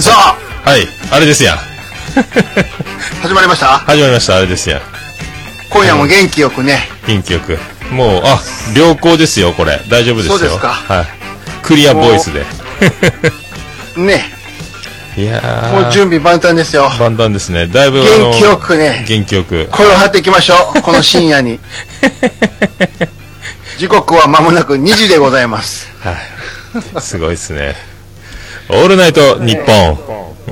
さあ、はい。あれですやん。始まりました。始まりました。あれですやん。今夜も元気よくね。元気よく。もう、あ、良好ですよ、これ。大丈夫ですよ。そうですかはい。クリアボイスで。ね。いやー。もう準備万端ですよ。万端ですね。だいぶ、あの元気よくね。元気よく。声を張っていきましょう。この深 夜に。時刻は間もなく2時でございます。はい。すごいですね。オールナイト日本。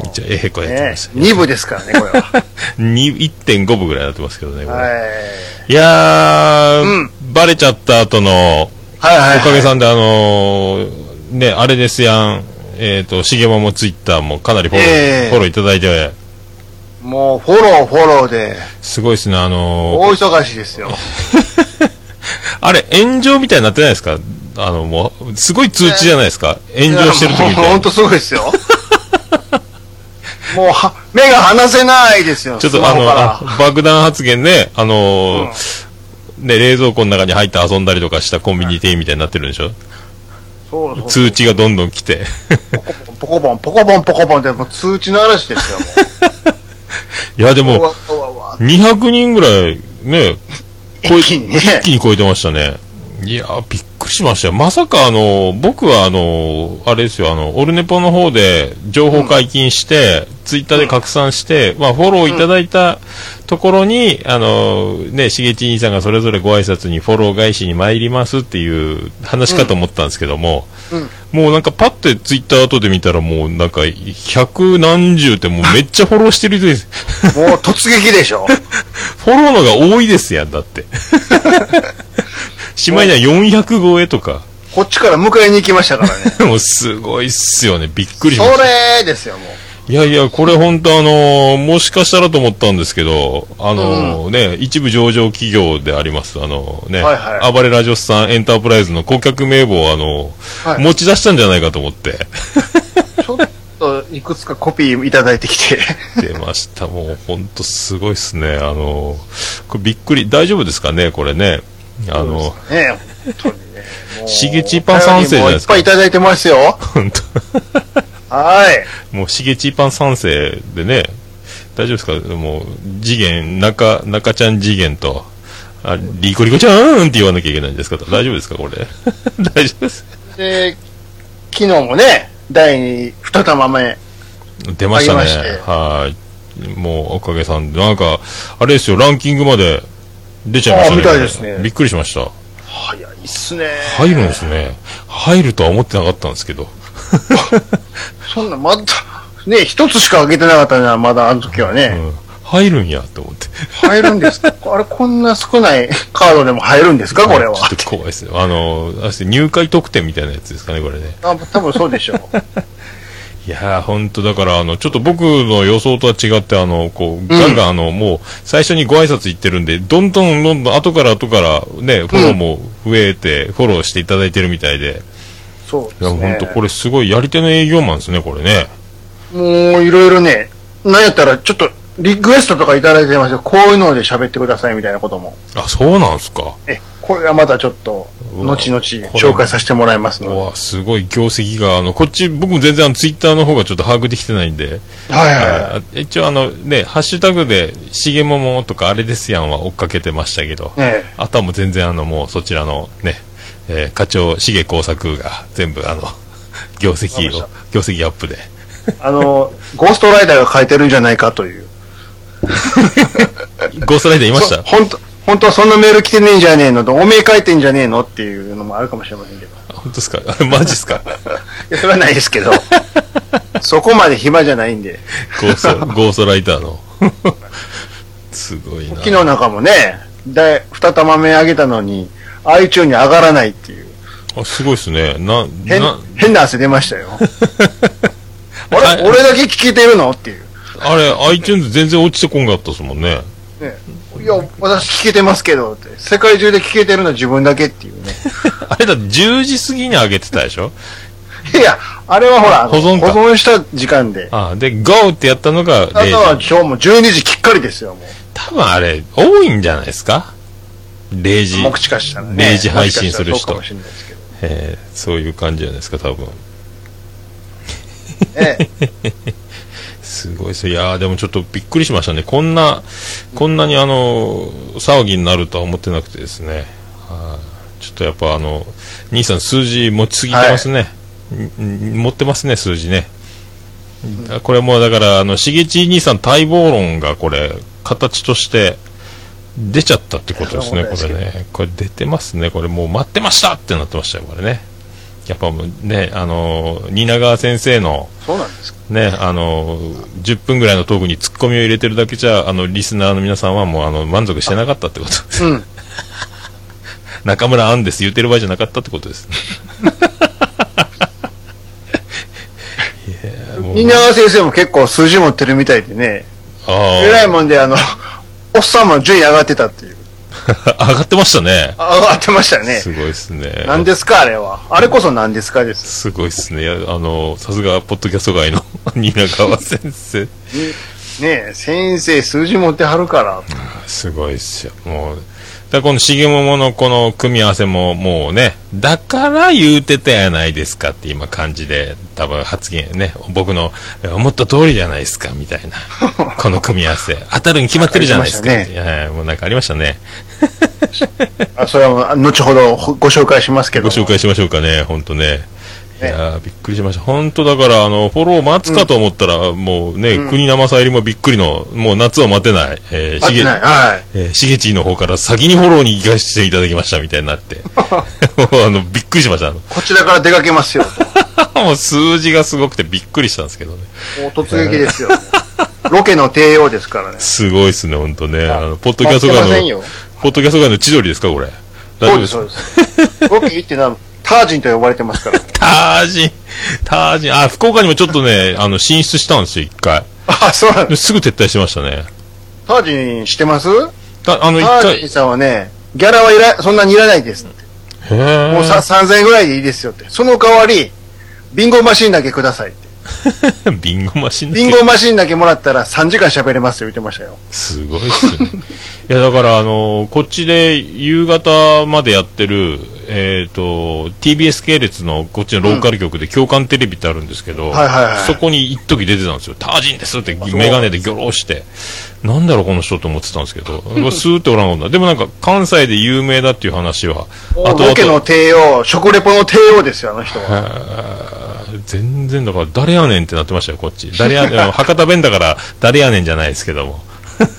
一応、ええ、これやってねま、す。 2部ですからね、こ れは。に1.5部ぐらいになってますけどね、これ。、はいい。やー、うんバレちゃった後の、はいはいはいおかげさんで、あのーね、あれですやん、えっ、と、しげまもツイッターもかなりフォロー、ええフォローいただいて、もう、フォロー、フォローで、すごいですね、あのー大忙しですよ。あれ、炎上みたいになってないですかあの、もう、すごい通知じゃないですか、炎上してる時みいやもうたいほんな。とすごいで すよ。もうは、目が離せないですよ。ちょっスとマあホのからあ、爆弾発言ね、あのーね、冷蔵庫の中に入って遊んだりとかしたコンビニ店員みたいになってるんでしょ、そうそう通知がどんどん来て。ポコボン、ポコボン、ポコボンって、もう通知の嵐ですよ。もいや、でううも、わうわうわ200人ぐらい、ね、超え一気にね一気に超えてましたね。いやー、びっくりしましたよ。まさか、あの、僕は、あの、あれですよ、あの、オルネポの方で情報解禁して、ツイッターで拡散して、まあ、フォローいただいたところに、あの、ね、しげち兄さんがそれぞれご挨拶にフォロー返しに参りますっていう話かと思ったんですけども、うんもうなんかパッてツイッター後で見たらもうなんか百何十ってもうめっちゃフォローしてる人です。もう突撃でし ょ。フォローのが多いですやん、だって。しまいには400超えとか。こっちから迎えに行きましたからね。もうすごいっすよね。びっくそりしました。れですよ、もう。いやいや、これ本当あのーもしかしたらと思ったんですけど、あのーね、一部上場企業であります、あのーね、はいはい暴れラジオスさんエンタープライズの顧客名簿をあのーはい持ち出したんじゃないかと思って。ちょっと、いくつかコピーいただいてきて。出ました。もう本当すごいっすね。あのーこれびっくり、大丈夫ですかね、これね。 あのーねえ、本当にね。もうしげちパ三世じゃないですかお便りもいっぱいいただいてますよ。本当はい。もう、しげちーパン三世でね、大丈夫ですかもう、次元、中、中ちゃん次元と、あ、リコリコちゃーんって言わなきゃいけないんですか大丈夫ですかこ れ。大丈夫です。で、昨日もね、第2玉目。出ましたねありまして。はい。もう、おかげさんで、なんか、あれですよ、ランキングまで出ちゃいましたね。あみたいですねびっくりしました。早いっすね。入るんですね。入るとは思ってなかったんですけど。そんな、まだ、ね、一つしか上げてなかったな、まだあの時はうね。ん。入るんや、と思って。入るんですかあれ、こんな少ないカードでも入るんですかこれ は。ちょっと怖いですね。あの、あれですね入会特典みたいなやつですかね、これね。あ多分そうでしょう。いやー、本当だから、あの、ちょっと僕の予想とは違って、あの、こう、ガンガン、あの、もう、最初にご挨拶行ってるんで、どんどんどんどん、後から後から、ね、フォローも増えて、フォローしていただいてるみたいで。そういでや、す本ね。当これすごい、やり手の営業マンですね、これね。もういろいろね、なんやったらちょっとリクエストとかいただいてますよ。こういうので喋ってくださいみたいなことも。あ、そうなんすか。え、これはまたちょっと、うわ後々紹介させてもらいますうのわ、すごい業績が、あの、こっち、僕も全然、あの、ツイッターの方がちょっと把握できてないんで。で。はいはいはあ一応、あの、ね、ハッシュタグで、しげももとか、あれですやんは追っかけてましたけど。い。ねえあとはもう全然あのもうそちらのね、えー課長、重工作が全部あの、 業績をわか、業績アップで。あの、 ゴーストライダーが書いてるんじゃないかという。ゴーストライダーいまし そた本当本当はそんなメール来てねえんじゃねえのと、おめえ書いてんじゃねえのっていうのもあるかもしれませんけど。本当ですか あれマジですかいや、それはないですけ ど。そこまで暇じゃないんで。ゴース ト、ゴーストライダーの。すごいな。昨日なんかもね、第二玉目あげたのに、iTunes に上がらないっていう。あすごいですね。な、変な、変な汗出ました よ。あれあ俺だけ聞けてるのっていう。あれ、iTunes 全然落ちてこんかったですもんね。ね、いや、私聞けてますけどって。世界中で聞けてるのは自分だけっ ていうね。 あれだって10時過ぎに上げてたでしょいや、あれはほら、あの保存か保存した時間で。あで、GO ってやったのがあと0は時。今日も12時きっかりですよ、も多分あれ、多いんじゃないですか ?0 う。時。目視かしたらね。 0時配信する人もしかしたらそうかもしれないですけどえーそういう感じじゃないですか、多分。ね。すごいですねいやーでもちょっとびっくりしましたね。こんな、こんなにあの、騒ぎになるとは思ってなくてですね。はいちょっとやっぱあの、兄さん数字持ちすぎてますね。んん持ってますね、数字ね。あこれもうだから、あの、しげち兄さん待望論がこれ、形として出ちゃったってことですね、いやこそんれなことないね。これ出てますね、これもう待ってましたってなってましたよ、これね。やっぱもうね、あの、蜷川先生の、そうなんですか。ね、あの、10分ぐらいのトークにツッコミを入れてるだけじゃ、あの、リスナーの皆さんはもう、あの、満足してなかったってこと。うん。中村アンです言ってる場合じゃなかったってことです。いやーもう蜷川先生も結構数字持ってるみたいでね、あえらいもんで、あの、 おっさんも順位上がってたっていう。あ、上がってましたね。あ上がってましたよね。すごいですね。何ですか、あれは。あれこそ何ですかです。すごいですね。いやあの、さすが、ポッドキャスト界の 蜷川先生。ねえ、先生数字持ってはるから。すごいっすよ。もう、だからこの重桃のこの組み合わせももうね、だから言うてたやないですかって今感じで、多分発言ね、僕のえ思った通りじゃないですかみたいな、 この組み合わせ。当たるに決まってるじゃないですか。なんかありはいもうなんかありましたね。あそれはもう後ほどほご紹介しますけど。ご紹介しましょうかね、ほんとね。いねやーびっくりしました。本当だから、あの、フォロー待つかと思ったら、もうね、国生さゆりもびっくりの、もう夏を待てない、えー、合っしげてない。はい。えー、しげちの方から先にフォローに行かせていただきましたみたいにな って。もうあの、びっくりしました。あこちらから出かけますよ。の もう数字がすごくてびっくりしたんですけどね。もう突撃 ですよ。ロケの帝王ですからね。すごいっすね、ほんとね。あの、ポッドキャ待スってトませ界んのよ、。ポッドキャスト界の千鳥ですか、これ。大そ丈う夫で、ですすそかうです。ロケ行ってのはタージンと呼ばれてますから。タージン、タージン、あ、福岡にもちょっとね、あの、進出したんですよ、一回。あ、そうなんです。すぐ撤退してましたね。タージンしてますたあの、タ一ー回、ジへンさんはね、ギャラはいら、そんなにいらないですって。ーもうさ3000円ぐらいでいいですよって。その代わり、ビンゴマシンだけくださいって。 ビンゴマシンだけビンゴマシンだけもらったら3時間喋れますよ言ってましたよ。すごいっす ね。いや、だから、あのこっちで夕方までやってる、えっ、と、TBS 系列のこっちのローカル局で、共感テレビってあるんですけど、はいはいはいそこに一時出てたんですよ。タージンですって、メガネでギョローして、なんだろう、この人と思ってたんですけど、スーっておらんもんだ。でもなんか、関西で有名だっていう話は、あとロケの帝王、食レポの帝王ですよ、あの人は。全然だから誰やねんってなってましたよこっち誰やねんあの 博多弁だから誰やねんじゃないですけども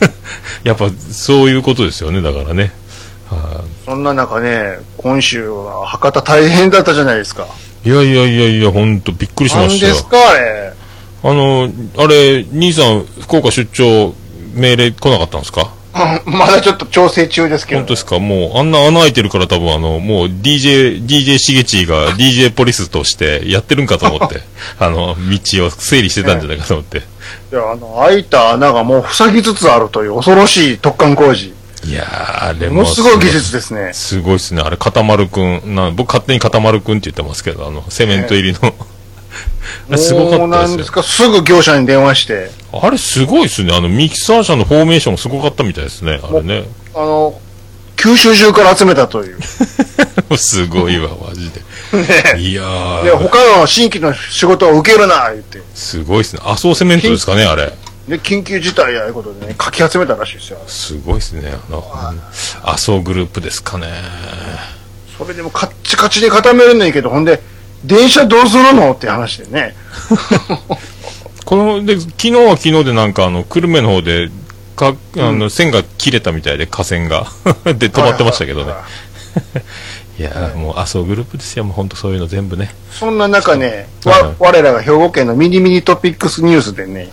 やっぱそういうことですよねだからねはそんな中ね、今週は博多大変だったじゃないですか。いいやいやいやいや本当びっくりしま何したでよすか、あれ。 あのあれ兄さん福岡出張命令来なかったんですかうんまだちょっと調整中ですけど、本当ですかもう、あんな穴開いてるから多分あの、もう DJ、DJ しげちが DJ ポリスとしてやってるんかと思 って、あの、道を整理してたんじゃないかと思って。いや、あの、開いた穴がもう塞ぎつつあるという恐ろしい突貫工事。いやー、あれものすごいす技ごい術ですね。すごいっすね。あれ、かたまるくん。な僕、勝手にかたまるくんって言ってますけど、あの、セメント入りの。あれ、 すごかもうった何でですすか、すぐ業者に電話して、よ。あれ、すごいっすね。あの、ミキサー車のフォーメーションすごかったみたいですね。あれね。あの、九州中から集めた という。すごいわ、マジで。いやで、ー、他の新規の仕事を受けるな、言って。すごいっすね。麻生セメントですかね、あれ。で、緊急事態やいうことでね、かき集めたらしいですよ。すごいっすね。あの、麻生グループですかね。それでもカッチカチで固めるのいいけど、ほんで、電車どうするのって話でね。この、で、昨日は昨日でなんか、あの、久留米の方で、か、あの、線が切れたみたいで、架線が。 で、止まってましたけどねはい。はいはいいやー、もう麻生グループですよ、もう本当そういうの全部ね。そんな中ね、はいわはい我らが兵庫県のミニミニトピックスニュース でね、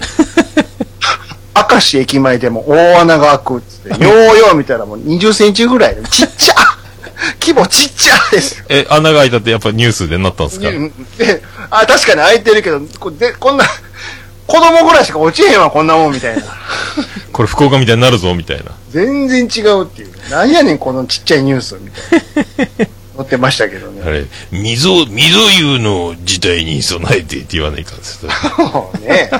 明石駅前でも大穴が開くっ つって、ようよう見たらもう20センチぐらいで、ちっちゃ 規模ちっちゃですよ。え、穴が開いたってやっぱニュースでなったんですかで、あ、確かに開いてるけど、こでこんな、子供ぐらいしか落ちへんわ、こんなもんみたいな。これ福岡みたいになるぞ、みたいな。全然違うっていう。なんやねん、このちっちゃいニュースみたい な。載ってましたけどねあ。れ、水を、水を言うの事態に備えてって言わないかんです。もう ね、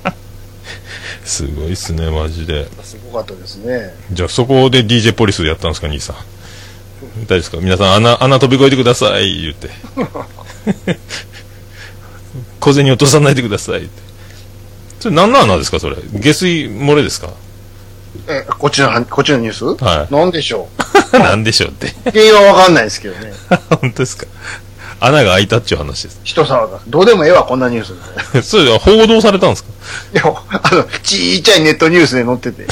すごいっすね、マジで。すごかったですね。じゃあそこで DJ ポリスやったんですか、兄さん。大丈夫ですか皆さん穴、穴飛び越えてください、言って。 小銭落とさないでください、って。それ何の穴ですかそれ。下水漏れですかえ、こっちの、こっちのニュースはいなんでしょなんでしょうって。う。原因はわかんないですけどね。 本当ですか穴が開いたっていう話です。 人騒が。どうでもええわ、こんなニュース みたいな。いそれは報道されたんですかや、あの、ちいちゃいネットニュースで載っ てて、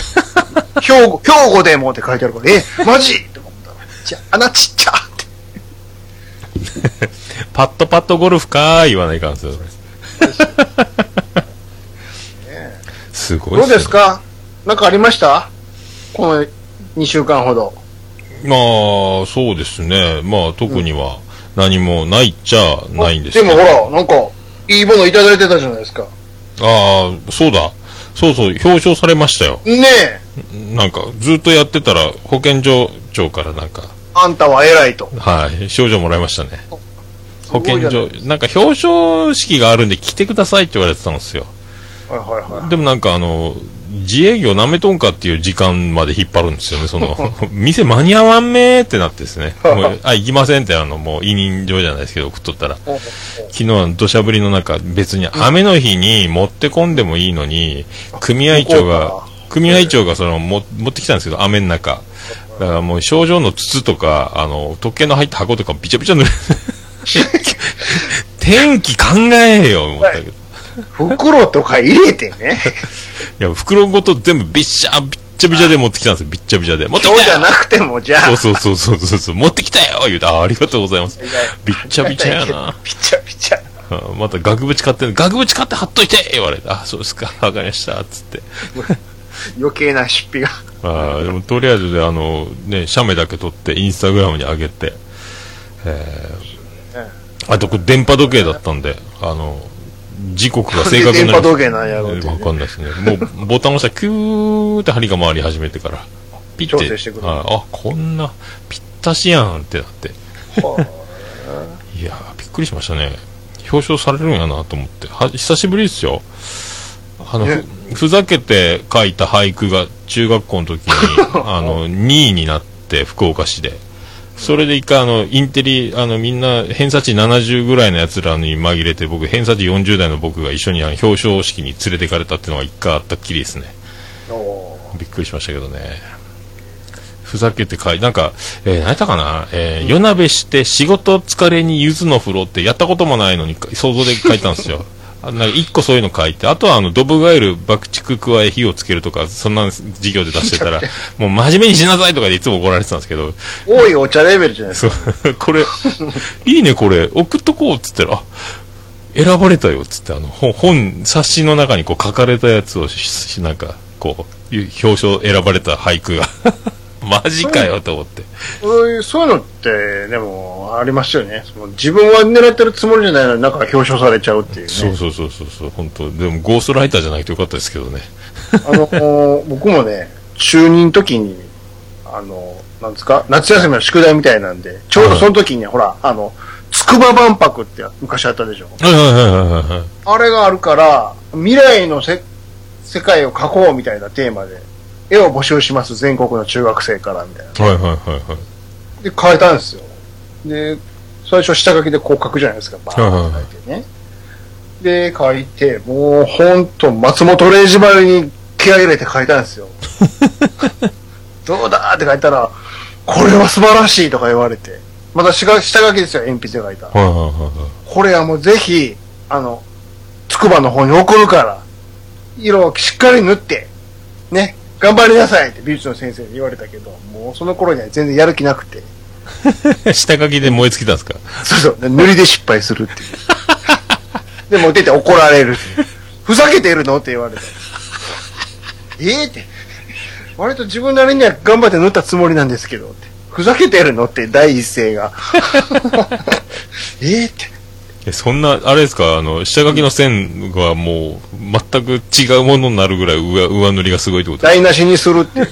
兵庫、兵庫でもって書いてあるから、え、マジって思った。じゃ、穴ちっちゃって。パッとパッとゴルフかー言わないかんですよ。すごいどうですねかなんかありましたこの2週間ほど。まあ、そうですね。まあ、特には何もないっちゃないんですけでど。もほら、なんか、いいものいただいてたじゃないですか。ああ、そうだ。そうそう、表彰されましたよ。ねえ、なんか、ずっとやってたら、保健所長からなんか、あんたは偉いと。はい、賞状もらいましたね。保健すご所い、なんか表彰式があるんで来てくださいって言われてたんですよ。はいはいはでもなんかあの、自営業舐めとんかっていう時間まで引っ張るんですよね、その、 店間に合わんめーってなってですね、も うあ、行きませんってあの、もう委任状じゃないですけど、送っとったら、い。おお昨日は土砂降りの中、別に雨の日に持ってこんでもいいのに、組合長向こがうか、組合長がそのも持ってきたんですけど、雨の中。だからもう症状の筒とか、あの、時計の入った箱とかびちゃびちゃ濡 れ天気考えよ、思ったけど。袋とか入れてね。いや、袋ごと全部びっしゃ、びっちゃびちゃで持ってきたんですよ、びっちゃびちゃで。持って今き日じたゃよなくても、じゃあ。そうそうそうそうそうそう、持ってきたよ言うて、あありがとうございます。びっちゃびちゃやな。ピチャピチャ。うんまた額縁買って、額縁買って貼っといて言われて、あ、そうですか、わかりました、つって。余計な出費が。あーでもとりあえずで、あの、ね、写メだけ撮って、インスタグラムに上げて、えーあと、これ電波時計だったんで、あの、時刻が正確にななんで電波時計なんやろうってわかんないですね。もう、ボタン押したら、キューって針が回り始めてから、ピッて、調整してくるああ、こんな、ぴったしやんってなって。いやー、びっくりしましたね。表彰されるんやなと思って。は久しぶりですよ。あの、ねふふざけて書いた俳句が中学校の時に、あの、2位になって、福岡市で。それで一回あの、インテリ、あの、みんな、偏差値70ぐらいの奴らに紛れて、僕、偏差値40代の僕が一緒にあの表彰式に連れてかれたっていうのが一回あったっきりですね。おびっくりしましたけどね。ふざけて書いなんか、えー何やったかな、えー夜鍋して仕事疲れにゆずの風呂ってやったこともないのに想像で書いたんですよ。 あなんか一個そういうの書いて、あとはあの、ドブガエル爆竹加え火をつけるとか、そんな授業で出してたら、もう真面目にしなさいとかでいつも怒られてたんですけど、ー多いお茶レベルじゃないですか。そうこれ、いいねこれ、送っとこうっつったら、あ、選ばれたよっつって、あの、本、本冊子の中にこう書かれたやつをし、しなんか、こう、ゆ表彰選ばれた俳句が。マジかよと思って。そういうそういうのって、でも、ありますよね。その自分は狙ってるつもりじゃないのに、なんか表彰されちゃうっていうね。そうそうそうそうそう、本当でもゴーストライターじゃなくてよかったですけどね。あのー、僕もね、中任の時に、あのー、なんですか、夏休みの宿題みたいなんで、ちょうどその時に、ほら、あの、つくば万博って昔あったでしょ。はいはいはいはいはい。あれがあるから、未来のせ世界を描こうみたいなテーマで、絵を募集します、全国の中学生から、みたいな。はいはいはいはい。で、変えたんですよ。で、最初下書きでこう書くじゃないですか、バーって書いてね。で、書いて、もうほんと松本零士丸に気合い入れて書いたんですよ。どうだーって書いたら、これは素晴らしいとか言われて。また下下書きですよ、鉛筆で書いた。はいはいはいはい。これはもうぜひ、あの、つくばの方に送るから、色をしっかり塗って、ね、頑張りなさいって美術の先生に言われたけど、もうその頃には全然やる気なくて。下書きで燃え尽きたんですかそうそう、塗りで失敗するっていう。でも出て怒られるっていう。ふざけてるのって言われた。ええって。割と自分なりには頑張って塗ったつもりなんですけどって。ふざけてるのって第一声が。ええって。えそんな、あれですか、あの、下書きの線がもう、全く違うものになるぐらい上、上塗りがすごいってこと台無しにするっていう。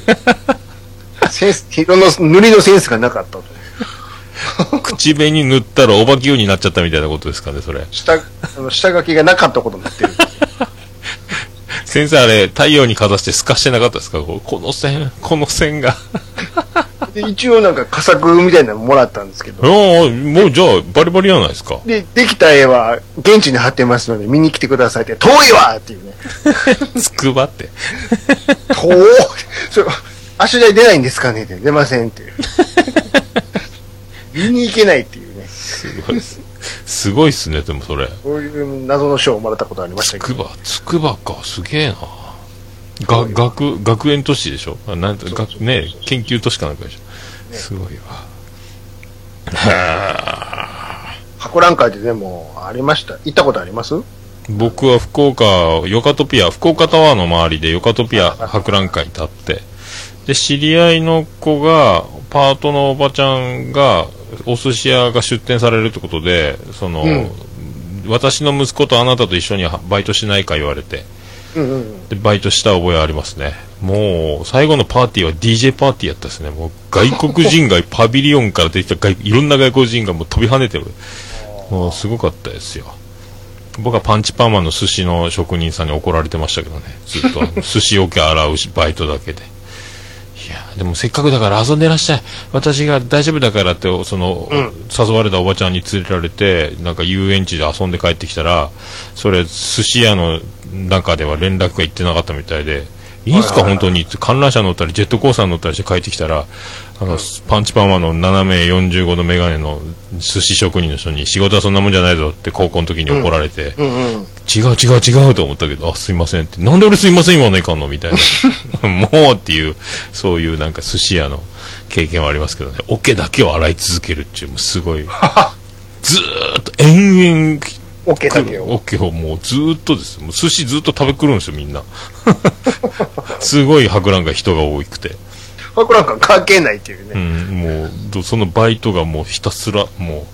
センス、色の塗りのセンスがなかったと。口紅塗ったらお化けようになっちゃったみたいなことですかね、それ。下、あの下書きがなかったことになってる。 先生あれ、太陽にかざして透かしてなかったですかこうこの線、この線が。で一応なんか佳作みたいなのもらったんですけど。おーもうじゃあ、バリバリやないですか。で、できた絵は現地に貼ってますので見に来てくださいって、遠いわっていうね。つくばって。遠いそれ、足台出ないんですかねって、出ません っていう。見に行けないっていうね。すごいっす。すごいっすね、でもそれ。こういう謎の賞をもらったことありましつたけくど。ば、つくばか、すげえな。が、学、学園都市でしょあなんて、そうそう学ね、研究都市かなんかでしょ。ねすごいわ。はあ博覧会ででもありました。行ったことあります僕は福岡、ヨカトピア、福岡タワーの周りでヨカトピア博覧会立って、で、知り合いの子が、パートのおばちゃんが、お寿司屋が出店されるってことで、その、うん私の息子とあなたと一緒にはバイトしないか言われて、うんうんうん。でバイトした覚えありますねもう最後のパーティーは DJ パーティーやったですねもう外国人がパビリオンから出てきた外いろんな外国人がもう飛び跳ねてるもうすごかったですよ僕はパンチパーマンの寿司の職人さんに怒られてましたけどねずっとあの 寿司桶洗うしバイトだけでいやでもせっかくだから遊んでらっしゃい私が大丈夫だからってその、うん誘われたおばちゃんに連れられてなんか遊園地で遊んで帰ってきたらそれ寿司屋の中では連絡が行ってなかったみたいでいいんすかはいはいは本い当にって観覧車乗ったりジェットコースター乗ったりして帰ってきたらあの、パンチパーマの斜め45度メガネの寿司職人の人に仕事はそんなもんじゃないぞって高校の時に怒られて、うんうん。違う違う違うと思ったけど、あ、すいませんって、なんで俺すいません言わないかんのみたいな。もうっていう、そういうなんか寿司屋の経験はありますけどね、オケだけを洗い続けるっていう、もうすごい。ずーっと延々オッケーだ来けるを。オケをもうずーっとです。もう寿司ずーっと食べくるんですよ、みんな。 すごい博覧会人が多くて。博覧会関係ないっていううね。ん、もうど、そのバイトがもうひたすら、も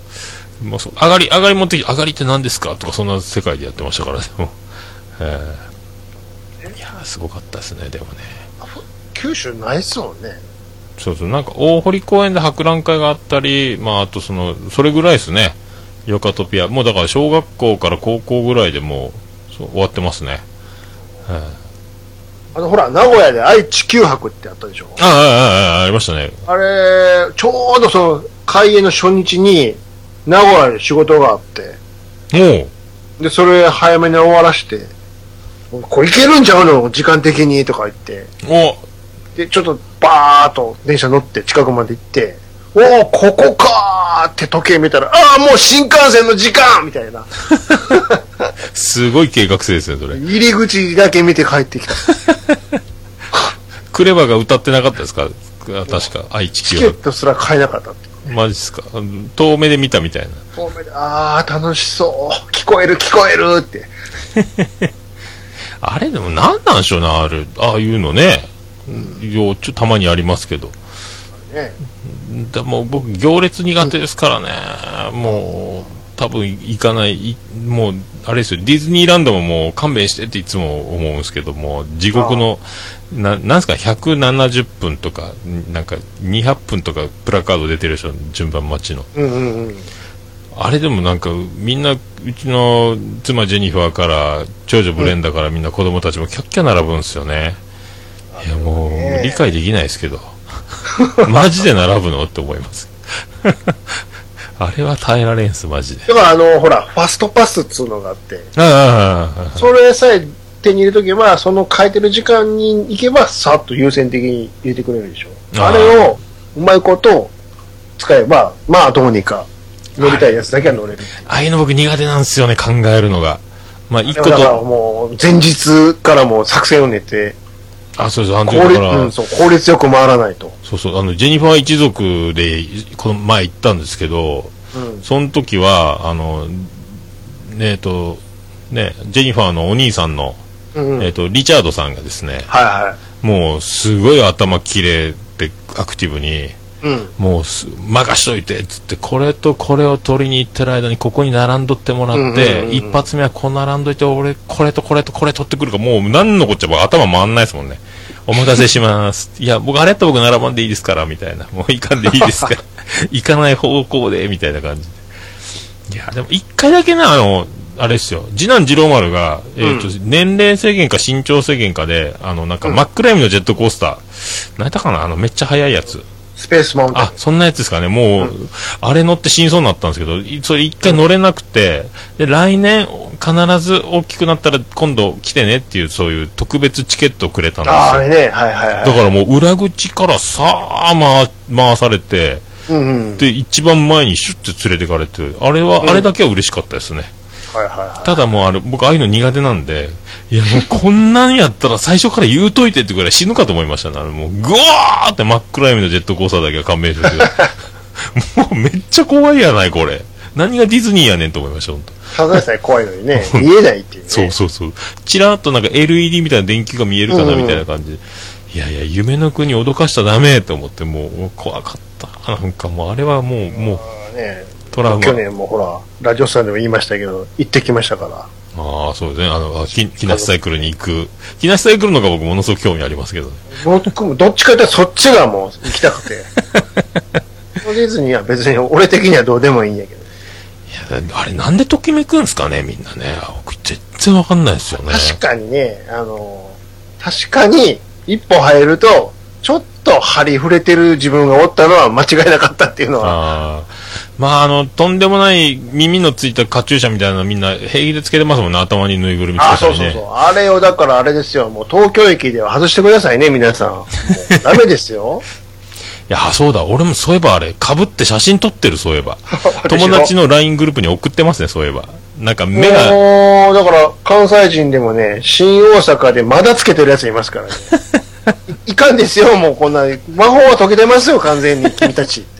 う、まあ、そう上がり、上がり持ってきて、上がりって何ですかとか、そんな世界でやってましたから、でも。えーいやー、すごかったですね、でもね。九州ないっすもんね。そうそう、なんか大堀公園で博覧会があったり、まあ、あとその、それぐらいですね。ヨカトピア。もうだから小学校から高校ぐらいでもう、そう終わってますね。えーあの、ほら、名古屋で愛知九博ってあったでしょああ、ああ、ああ、ありましたね。あれ、ちょうどその、開演の初日に、名古屋で仕事があって、もう、で、それ早めに終わらして、これいけるんちゃうの時間的にとか言って、お、で、ちょっとバーっと電車乗って近くまで行って、おお、ここかーって時計見たら、ああ、もう新幹線の時間みたいな。すごい計画性ですね、それ。入り口だけ見て帰ってきた。クレバが歌ってなかったですかあ確か、愛知チ九ケ博ットすら買えなかったって。マジっすかあの遠目で見たみたいな。遠目でああ、楽しそう。聞こえる聞こえるって。あれでも何なんでしょうね、ある、ああいうのね。ようちょたまにありますけど。ね、でも僕、行列苦手ですからね。もう、多分行かないいもう、あれですよ、ディズニーランドももう勘弁してっていつも思うんですけども、地獄の、ななんすか、170分とか、なんか200分とかプラカード出てるでしょ、順番待ちの。うんうんうん。あれでもなんか、みんな、うちの妻ジェニファーから、長女ブレンダーからみんな子供たちもキャッキャ並ぶんですよね。いや、もう、ね理解できないですけ ど。マジで並ぶのって思います。 あれは耐えられんす、マジで。だからあの、ほら、ファストパスっつうのがあって、ああ、それさえ手に入れとけば、その書いてる時間に行けば、さっと優先的に入れてくれるでしょ。あーあれを、うまいこと使えば、まあどうにか、乗りたいやつだけは乗れる。ああいうの僕苦手なんですよね、考えるのが。まあ、一だ個からと、もう、前日からもう作戦を練って、あ、そうそう、あの時効だ率,、から、うん、そう効率よく回らないと。そうそう、あの、ジェニファー一族で、この前行ったんですけど、うん。その時は、あの、ねえっと、ね、ジェニファーのお兄さんの、うん、はえいっと、リチャードさんがですね、はもう、すごい頭綺麗で、アクティブに、い。うん。もうす、任しといてっつって、これとこれを取りに行ってる間に、ここに並んどってもらって、うんうんうん一発目はこう並んどいて、俺、これとこれとこれ取ってくるから、もう、何のこっちゃ、僕頭回んないですもんね。お待たせします。いや、僕、あれと僕並ばんでいいですから、みたいな。もう行かんでいい ですから。行かない方向で、みたいな感じで。いや、でも、一回だけな、あの、あれですよ。次男次郎丸が、えーと、年齢制限か身長制限かで、あの、なんか、真っ暗闇のジェットコースター。何やったかなあの、めっちゃ速いやつ。スペースマウンテン。あ、そんなやつですかね。もう、あれ乗って死にそうになったんですけど、いそれ一回乗れなくて、で、来年必ず大きくなったら今度来てねっていう、そういう特別チケットをくれたんですよ。ああ、あれね。はいはいはだい。からもう裏口からさあ回回されて、うんうん。で、一番前にシュッて連れてかれて、あれは、うんあれだけは嬉しかったですね。はいはいはただもうあれ、僕ああいうの苦手なんで、いやもうこんなんやったら最初から言うといてってぐらい死ぬかと思いましたね。あのもう、ぐわーって真っ暗闇のジェットコースターだけは勘弁してくれ もうめっちゃ怖いやない、これ。何がディズニーやねんと思いました、本当い。ただでさえ怖いのにね、見えないっていう ね。そうそうそう。ちらっとなんか LED みたいな電球が見えるかな、みたいな感じで。いやいや、夢の国脅かしちゃダメと思って、もう怖かった。なんかもうあれはもう、もうまあね。トラウマ。去年もほら、ラジオさんでも言いましたけど、行ってきましたから。ああ、そうですね。あの、あき木梨サイクルに行く。木梨サイクルの方が僕ものすごく興味ありますけどね。僕もどっちかってそっちがもう行きたくて。ディズニーは別に俺的にはどうでもいいんやけど。いやあれなんでときめくんですかね、みんなね。僕全然わかんないですよね。確かにね、あの、確かに一歩入ると、ちょっと張り触れてる自分がおったのは間違いなかったっていうのは。あーまあ、あの、とんでもない耳のついたカチューシャみたいなのみんな平気でつけてますもんね。頭にぬいぐるみつあけあ、たそうりそうねそう。。あれをだからあれですよ。もう東京駅では外してくださいね、皆さん。もうダメですよ。 いや、そうだ。俺もそういえばあれ、被って写真撮ってる、そうい えば。私も 友達の LINE グループに送ってますね、そういえば。なんか目が、もう、だから、関西人でもね、新大阪でまだつけてるやついます からね。いいかんですよ、もうこんな、魔法は解けてますよ、完全に、君たちって。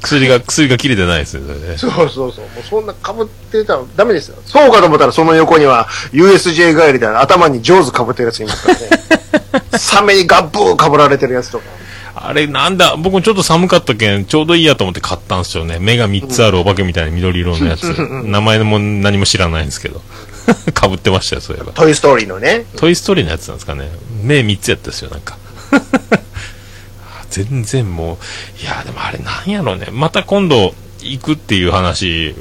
薬が、薬が切れてないですね、それね。そうそうそう、もうそんな被ってたらダメですよ。そうかと思ったら、その横には、USJ 帰りで頭にジョーズ被ってるやついますからね。 サメにガッブー被られてるやつとか。あれ、なんだ、僕もちょっと寒かったけん、ちょうどいいやと思って買ったんですよね。目が3つあるお化けみたいな緑色のやつ。名前も何も知らないんですけど。 かぶってましたよ、そういえば。トイストーリーのね。トイストーリーのやつなんですかね。目3つやったですよ、なんか。 全然もう、いや、でもあれなんやろうね。また今度行くっていう話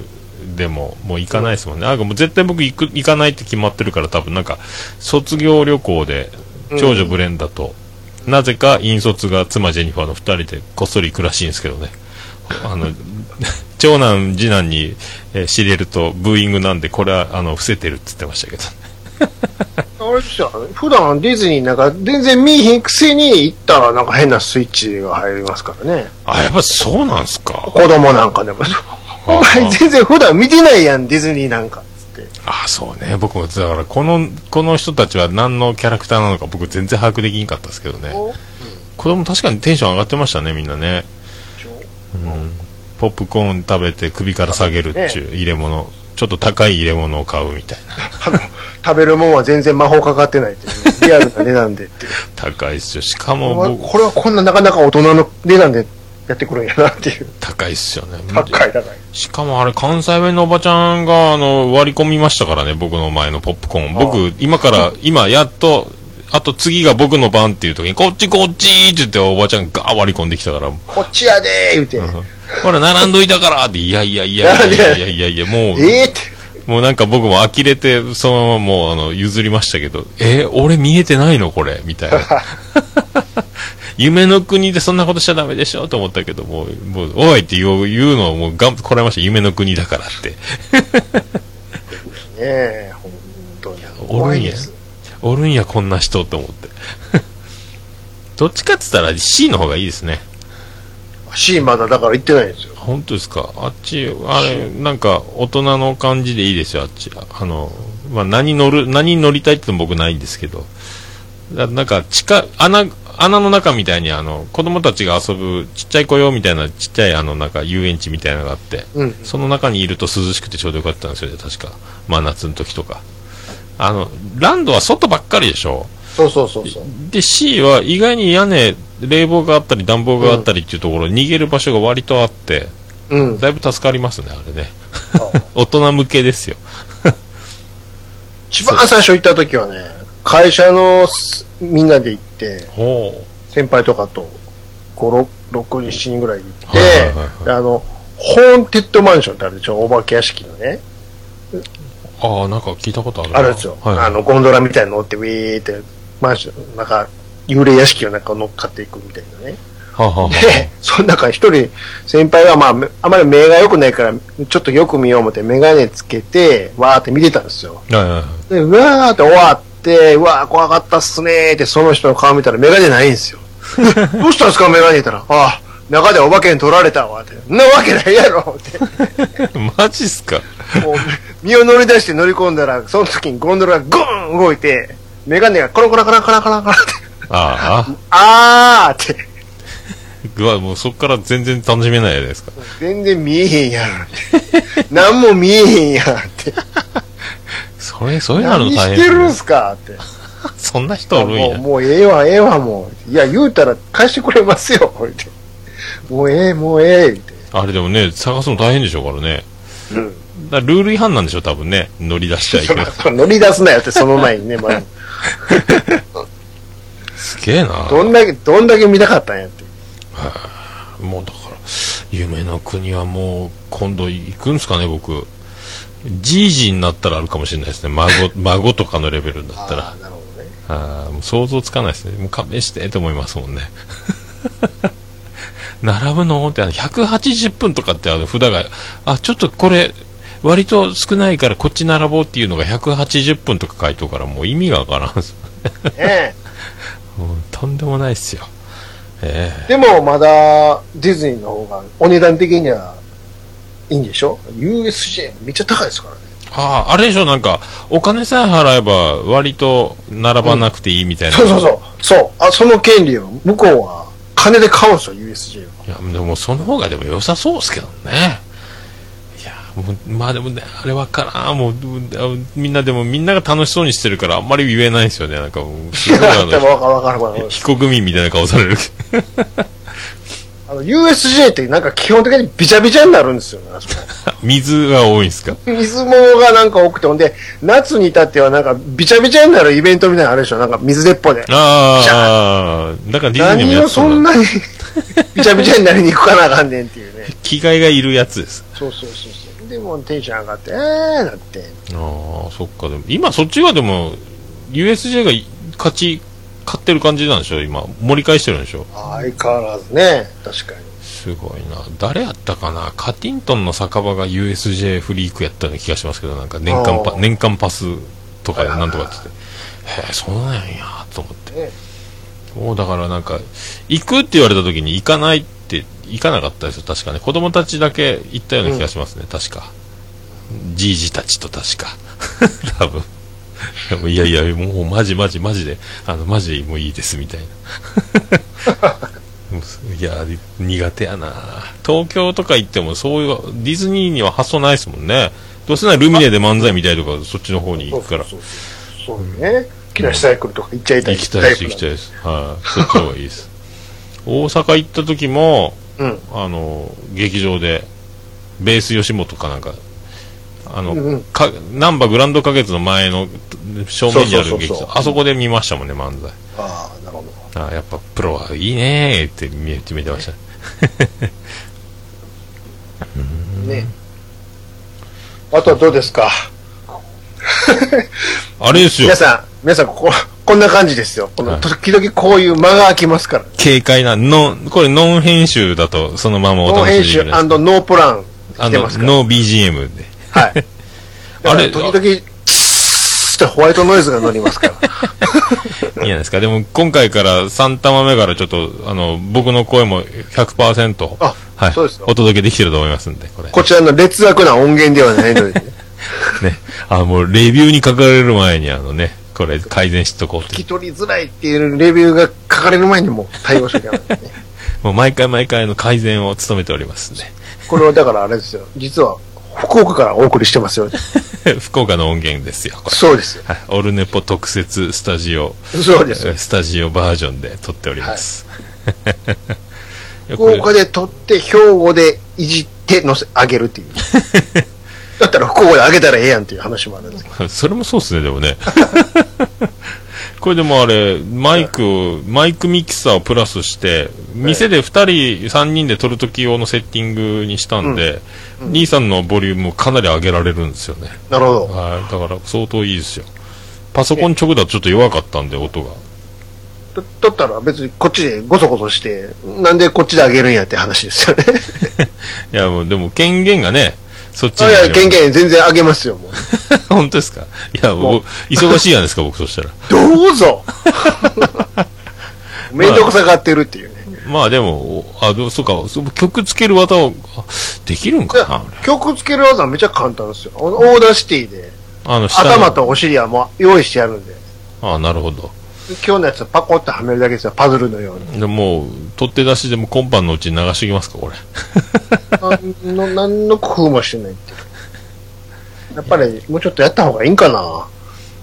でも、もう行かないですもんね。なんかもう絶対僕行く、行かないって決まってるから多分なんか、卒業旅行で、長女ブレンダと、なぜか引率が妻ジェニファーの二人でこっそり行くらしいんですけどね。あの、長男、次男に、えー知れるとブーイングなんで、これは、あの、伏せてるって言ってましたけど。あれですよ、普段ディズニーなんか全然見えへんくせに行ったらなんか変なスイッチが入りますからね。あ、やっぱそうなんすか。子供なんかでも。お前全然普段見てないやん、ディズニーなんか。つって。あ、そうね。僕も、だから、この、この人たちは何のキャラクターなのか僕全然把握できんかったですけどね。子供確かにテンション上がってましたね、みんなね。ポップコーン食べて首から下げるっちゅう入れ物。ちょっと高い入れ物を買うみたいな。あの食べるもんは全然魔法かかってないっていうねリアルな値段でっていう。高いっすよ。しかもこれは僕、これはこんななかなか大人の値段でやってくるんやなっていう。高いっすよね。高い高い。しかもあれ、関西弁のおばちゃんが、あの、割り込みましたからね、僕の前のポップコーン。僕、今から、今、やっと、あと次が僕の番っていう時に、こっちこっちって言っておばちゃんがー割り込んできたから、こっちやでー言うて。ほら、並んどいたからって、いやいやいやいやいやいやいや、もう、ええって。もうなんか僕も呆れて、そのままもう、あの、譲りましたけど、えー俺見えてないのこれ、みたいな。夢の国でそんなことしちゃダメでしょと思ったけど、もう、もう、おいって言う言うのをもうがん、こらえました。夢の国だからって。ねえ、ほんとに。お怖るんいやです。おるんやこんな人と思って どっちかっつったら C の方がいいですね C まだだから行ってないんですよ。本当ですかあっちあれなんか大人の感じでいいですよあっちあの、まあ、何乗る何乗りたいっての僕ないんですけどななんか地下穴穴の中みたいにあの子供たちが遊ぶちっちゃい子用みたいなちっちゃいあのなんか遊園地みたいなのがあって、うん。その中にいると涼しくてちょうどよかったんですよね確か真夏の時とかあのランドは外ばっかりでしょそうそうそうそう。で C は意外に屋根冷房があったり暖房があったりっていうところ、逃げる場所が割とあってうん。だいぶ助かりますねあれねそう 大人向けですよ一番最初行った時はね、会社のすみんなで行って、ほ先輩とかと5、6、6人、7人ぐらいで行って、はいはいはいはいであの、ホーンテッドマンションってあるでしょ、お化け屋敷のね。うああなんか聞いたことあるなあるんですよ。はい、あの、ゴンドラみたいに乗って、ウィーって、マンション、なんか、幽霊屋敷の中を乗っかっていくみたいなね。はあはあはで、その中一人、先輩はまあ、あまり目が良くないから、ちょっとよく見よう思って、メガネつけて、わーって見てたんですよ。あはいはいはいで、うわーって終わって、うわー怖かったっすねーって、その人の顔見たらメガネないんです よ。えどうしたんですかメガネって言ったら、ああ、中でお化けに取られたわって。んなわけないや ろって。マジっすかもう、身を乗り出して乗り込んだら、その時にゴンドラがゴーン動いて、メガネがコロコロコロコロコロコロって、 あ ああーって、うわもうそっから全然楽しめないじゃないですか全然見えへん やんって。何も見えへんやんって。それそういうのある何の大し変てるんすかって。そんな人おるんもう、やもうええわ、ええわ、もう。いや、言うたら貸してくれますよ、 これで。もうええ、もうええ、って。あれでもね探すの大変でしょうからねうん。だからルール違反なんでしょ多分ね乗り出しちゃいけ ないそ乗り出すなよって、その前 にね、まあ、すげえなどんだけ、どんだけ見たかったんやって。もうだから、夢の国はもう、今度行くんすかね、僕。じいじになったらあるかもしれないですね。 孫、孫とかのレベルだったら。あー、なるほどね。あーもう想像つかないですね。もう勘弁してと思いますもんね。 並ぶのって、あの、180分とかってあの札が、あ、ちょっとこれ、割と少ないからこっち並ぼうっていうのが180分とか書いとくからもう意味がわからんす。 ねもうとんでもないっすよ。ええでも、まだ、ディズニーの方が、お値段的には、いいんでしょ ?USJ、めっちゃ高いですからね。ああ、あれでしょ、なんか、お金さえ払えば、割と並ばなくていいみたいな。そうそうそう。そう。あ、その権利を、向こうは、金で買うんですよ、USJ は。いや、でも、その方がでも良さそうっすけどね。いや、もう、まあでもね、あれわからん。もう、ううみんなでも、みんなが楽しそうにしてるから、あんまり言えないんですよね。なんかもう、すごいあ の、でもわかるわかるわかる。非国民みたいな顔される。 あの、USJ ってなんか基本的にビチャビチャになるんですよね、あそこ水が多いんすか。水もがなんか多くて、ほんで、夏に至ってはなんかビチャビチャになるイベントみたいなのあるでしょなんか水鉄砲で。ああ、だからディズニーも何やをってそたんんだ。なに ビチャビチャになりに行くかなあかんねんっていうね。着替えがいるやつです。そうそうそうそう。でもテンション上がって、えーなって。ああ、そっか、でも、今そっちがでも、USJ が勝ち、勝ってる感じなんでしょ今、盛り返してるんでしょ相変わらずね、確かに。すごいな。誰やったかなカティントンの酒場が USJ フリークやったような気がしますけど、なんか年間あパー、年間パスとかなんとかって言って、へえ、そうなんや、と思って。ねもうだからなんか、行くって言われた時に行かないって、行かなかったですよ、確かね。子供たちだけ行ったような気がしますね、確か。じいじたちと確か。 多分。でもいやいや、もうマジマジマジで、あの、マジもういいです、みたいな。 いや、苦手やな東京とか行っても、そういう、ディズニーには発想ないですもんね。どうせならルミネで漫才みたいとか、そっちの方に行くから。そうそうそうそうね。木梨サイクルとか行っちゃいたい。行きたいです、行きたいい。です。はい。そっちの方がいいです。 大阪行った時も、うん。あの、劇場で、ベース吉本かなんか、あの、うんうんか、なんばグランド花月の前の、正面にある劇そうそうそうそう場、あそこで見ましたもんね、漫才。ああ、なるほど。あやっぱプロはいいねーって見えて見てました。ね。あとはどうですかあれですよ皆、さん、皆さん、ここ、こんな感じですよ。こはの、い時々こういう間が空きますから。軽快な、ノン、これノン編集だと、そのままおノ楽ーしみ編い集ただけるんですノープランあ来ての、ますから。ノー BGM で。はい。 ああれれ時々、チーってホワイトノイズが乗りま すから。いいじゃないですか。でも、今回から3玉目からちょっと、あの、僕の声も100%、あはい、そうですよお届けできてると思いますんで、これ。こちらの劣悪な音源ではないので、ね、ね。 あ、もう、レビューに書かれる前に、あのね、これ改善しとこうっ聞て。き取りづらいっていうレビューが書かれる前にもう対応しなきゃ いけないですね。もう、毎回毎回の改善を務めておりますんこれはだからあれですよ。実は、福岡からお送りしてますよ。 で。福岡の音源ですよ、これ。そうですよ。はい。オルネポ特設スタジオ、そうですよ。スタジオバージョンで撮っております。 いや福これ岡で取って、兵庫でいじってのせ、あげるっ ていう。だったら福岡であげたらええやんっていう話もあるんですけ ど。それもそうっすね、でもね。 これでもあれ、マイクを、マイクミキサーをプラスして、店で2人、3人で撮るとき用のセッティングにしたんで、兄さんのボリュームをかなり上げられるんですよね。なるほど。はい。だから相当いいですよ。パソコン直だとちょっと弱かったんで、音が。と取ったら別にこっちでごそごそして、なんでこっちであげるんやって話ですよね。いや、もうでも権限がね、そっちあに いあや、ります権。限全然あげますよ、もう。 本当ですかいや、もう僕、忙しいじゃないですか、僕としたら。どうぞ めんどくさがってるっていうね。まあでも、おあ、どうそうか、そう曲つける技を、あできるんいかなや曲つける技はめちゃ簡単ですよ。オーダーシティで、あの、下の頭。とお尻はもう用意してやるんで。あなるほど。今日のやつはパコッとはめるだけですよ、パズルのよう に。でもう、取って出しでも今晩のうちに流しておきますか、これ。なんの何の工夫もしてないっていう。やっぱり、もうちょっとやった方がいいんかな。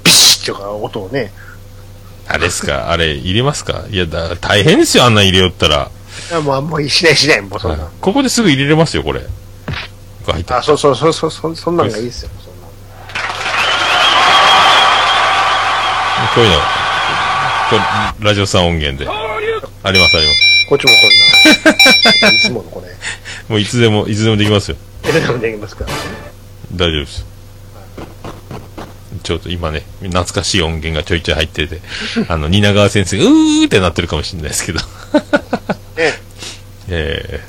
ビシッとか音をね。あれです か、あれ、入れますかいや、だ大変ですよ、あんなん入れよったら。いやもう、もうしないしない、もうそんな。ここですぐ入れれますよ、これ。入ったあ、そうそうそうそう、そそんなんがいいですよ。そんなこういうの、これラジオさん音源で。あります、あります。こっちもこんなん。いつものこれ。もういつでも、いつでもできますよ。えでもできますから。大丈夫です。ちょっと今ね、懐かしい音源がちょいちょい入ってて、あの、蜷川先生が、うーってなってるかもしれないですけど。ね。え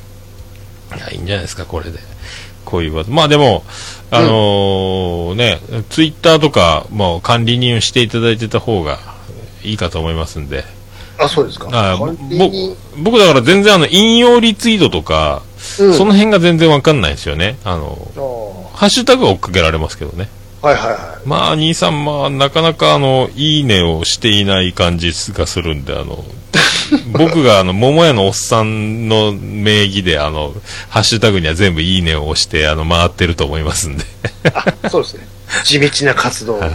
えいや、いいんじゃないですか、これで。こういうこと。まあでも、あのーね、ツイッターとか、もう管理人をしていただいてた方がいいかと思いますんで。あ、そうですか。あこれぼっていい僕だから全然あの、引用リツイートとか、うんその辺が全然わかんないですよね。あの、あーハッシュタグは追っかけられますけどね。はいはいはまあ、兄さん、まあ、なかなか、あの、いいねをしていない感じがするんで、あの、僕が、あの、桃屋のおっさんの名義で、あの、ハッシュタグには全部いいねを押して、あの、回ってると思いますんで、い。 あ、そうですね。地道な活動。も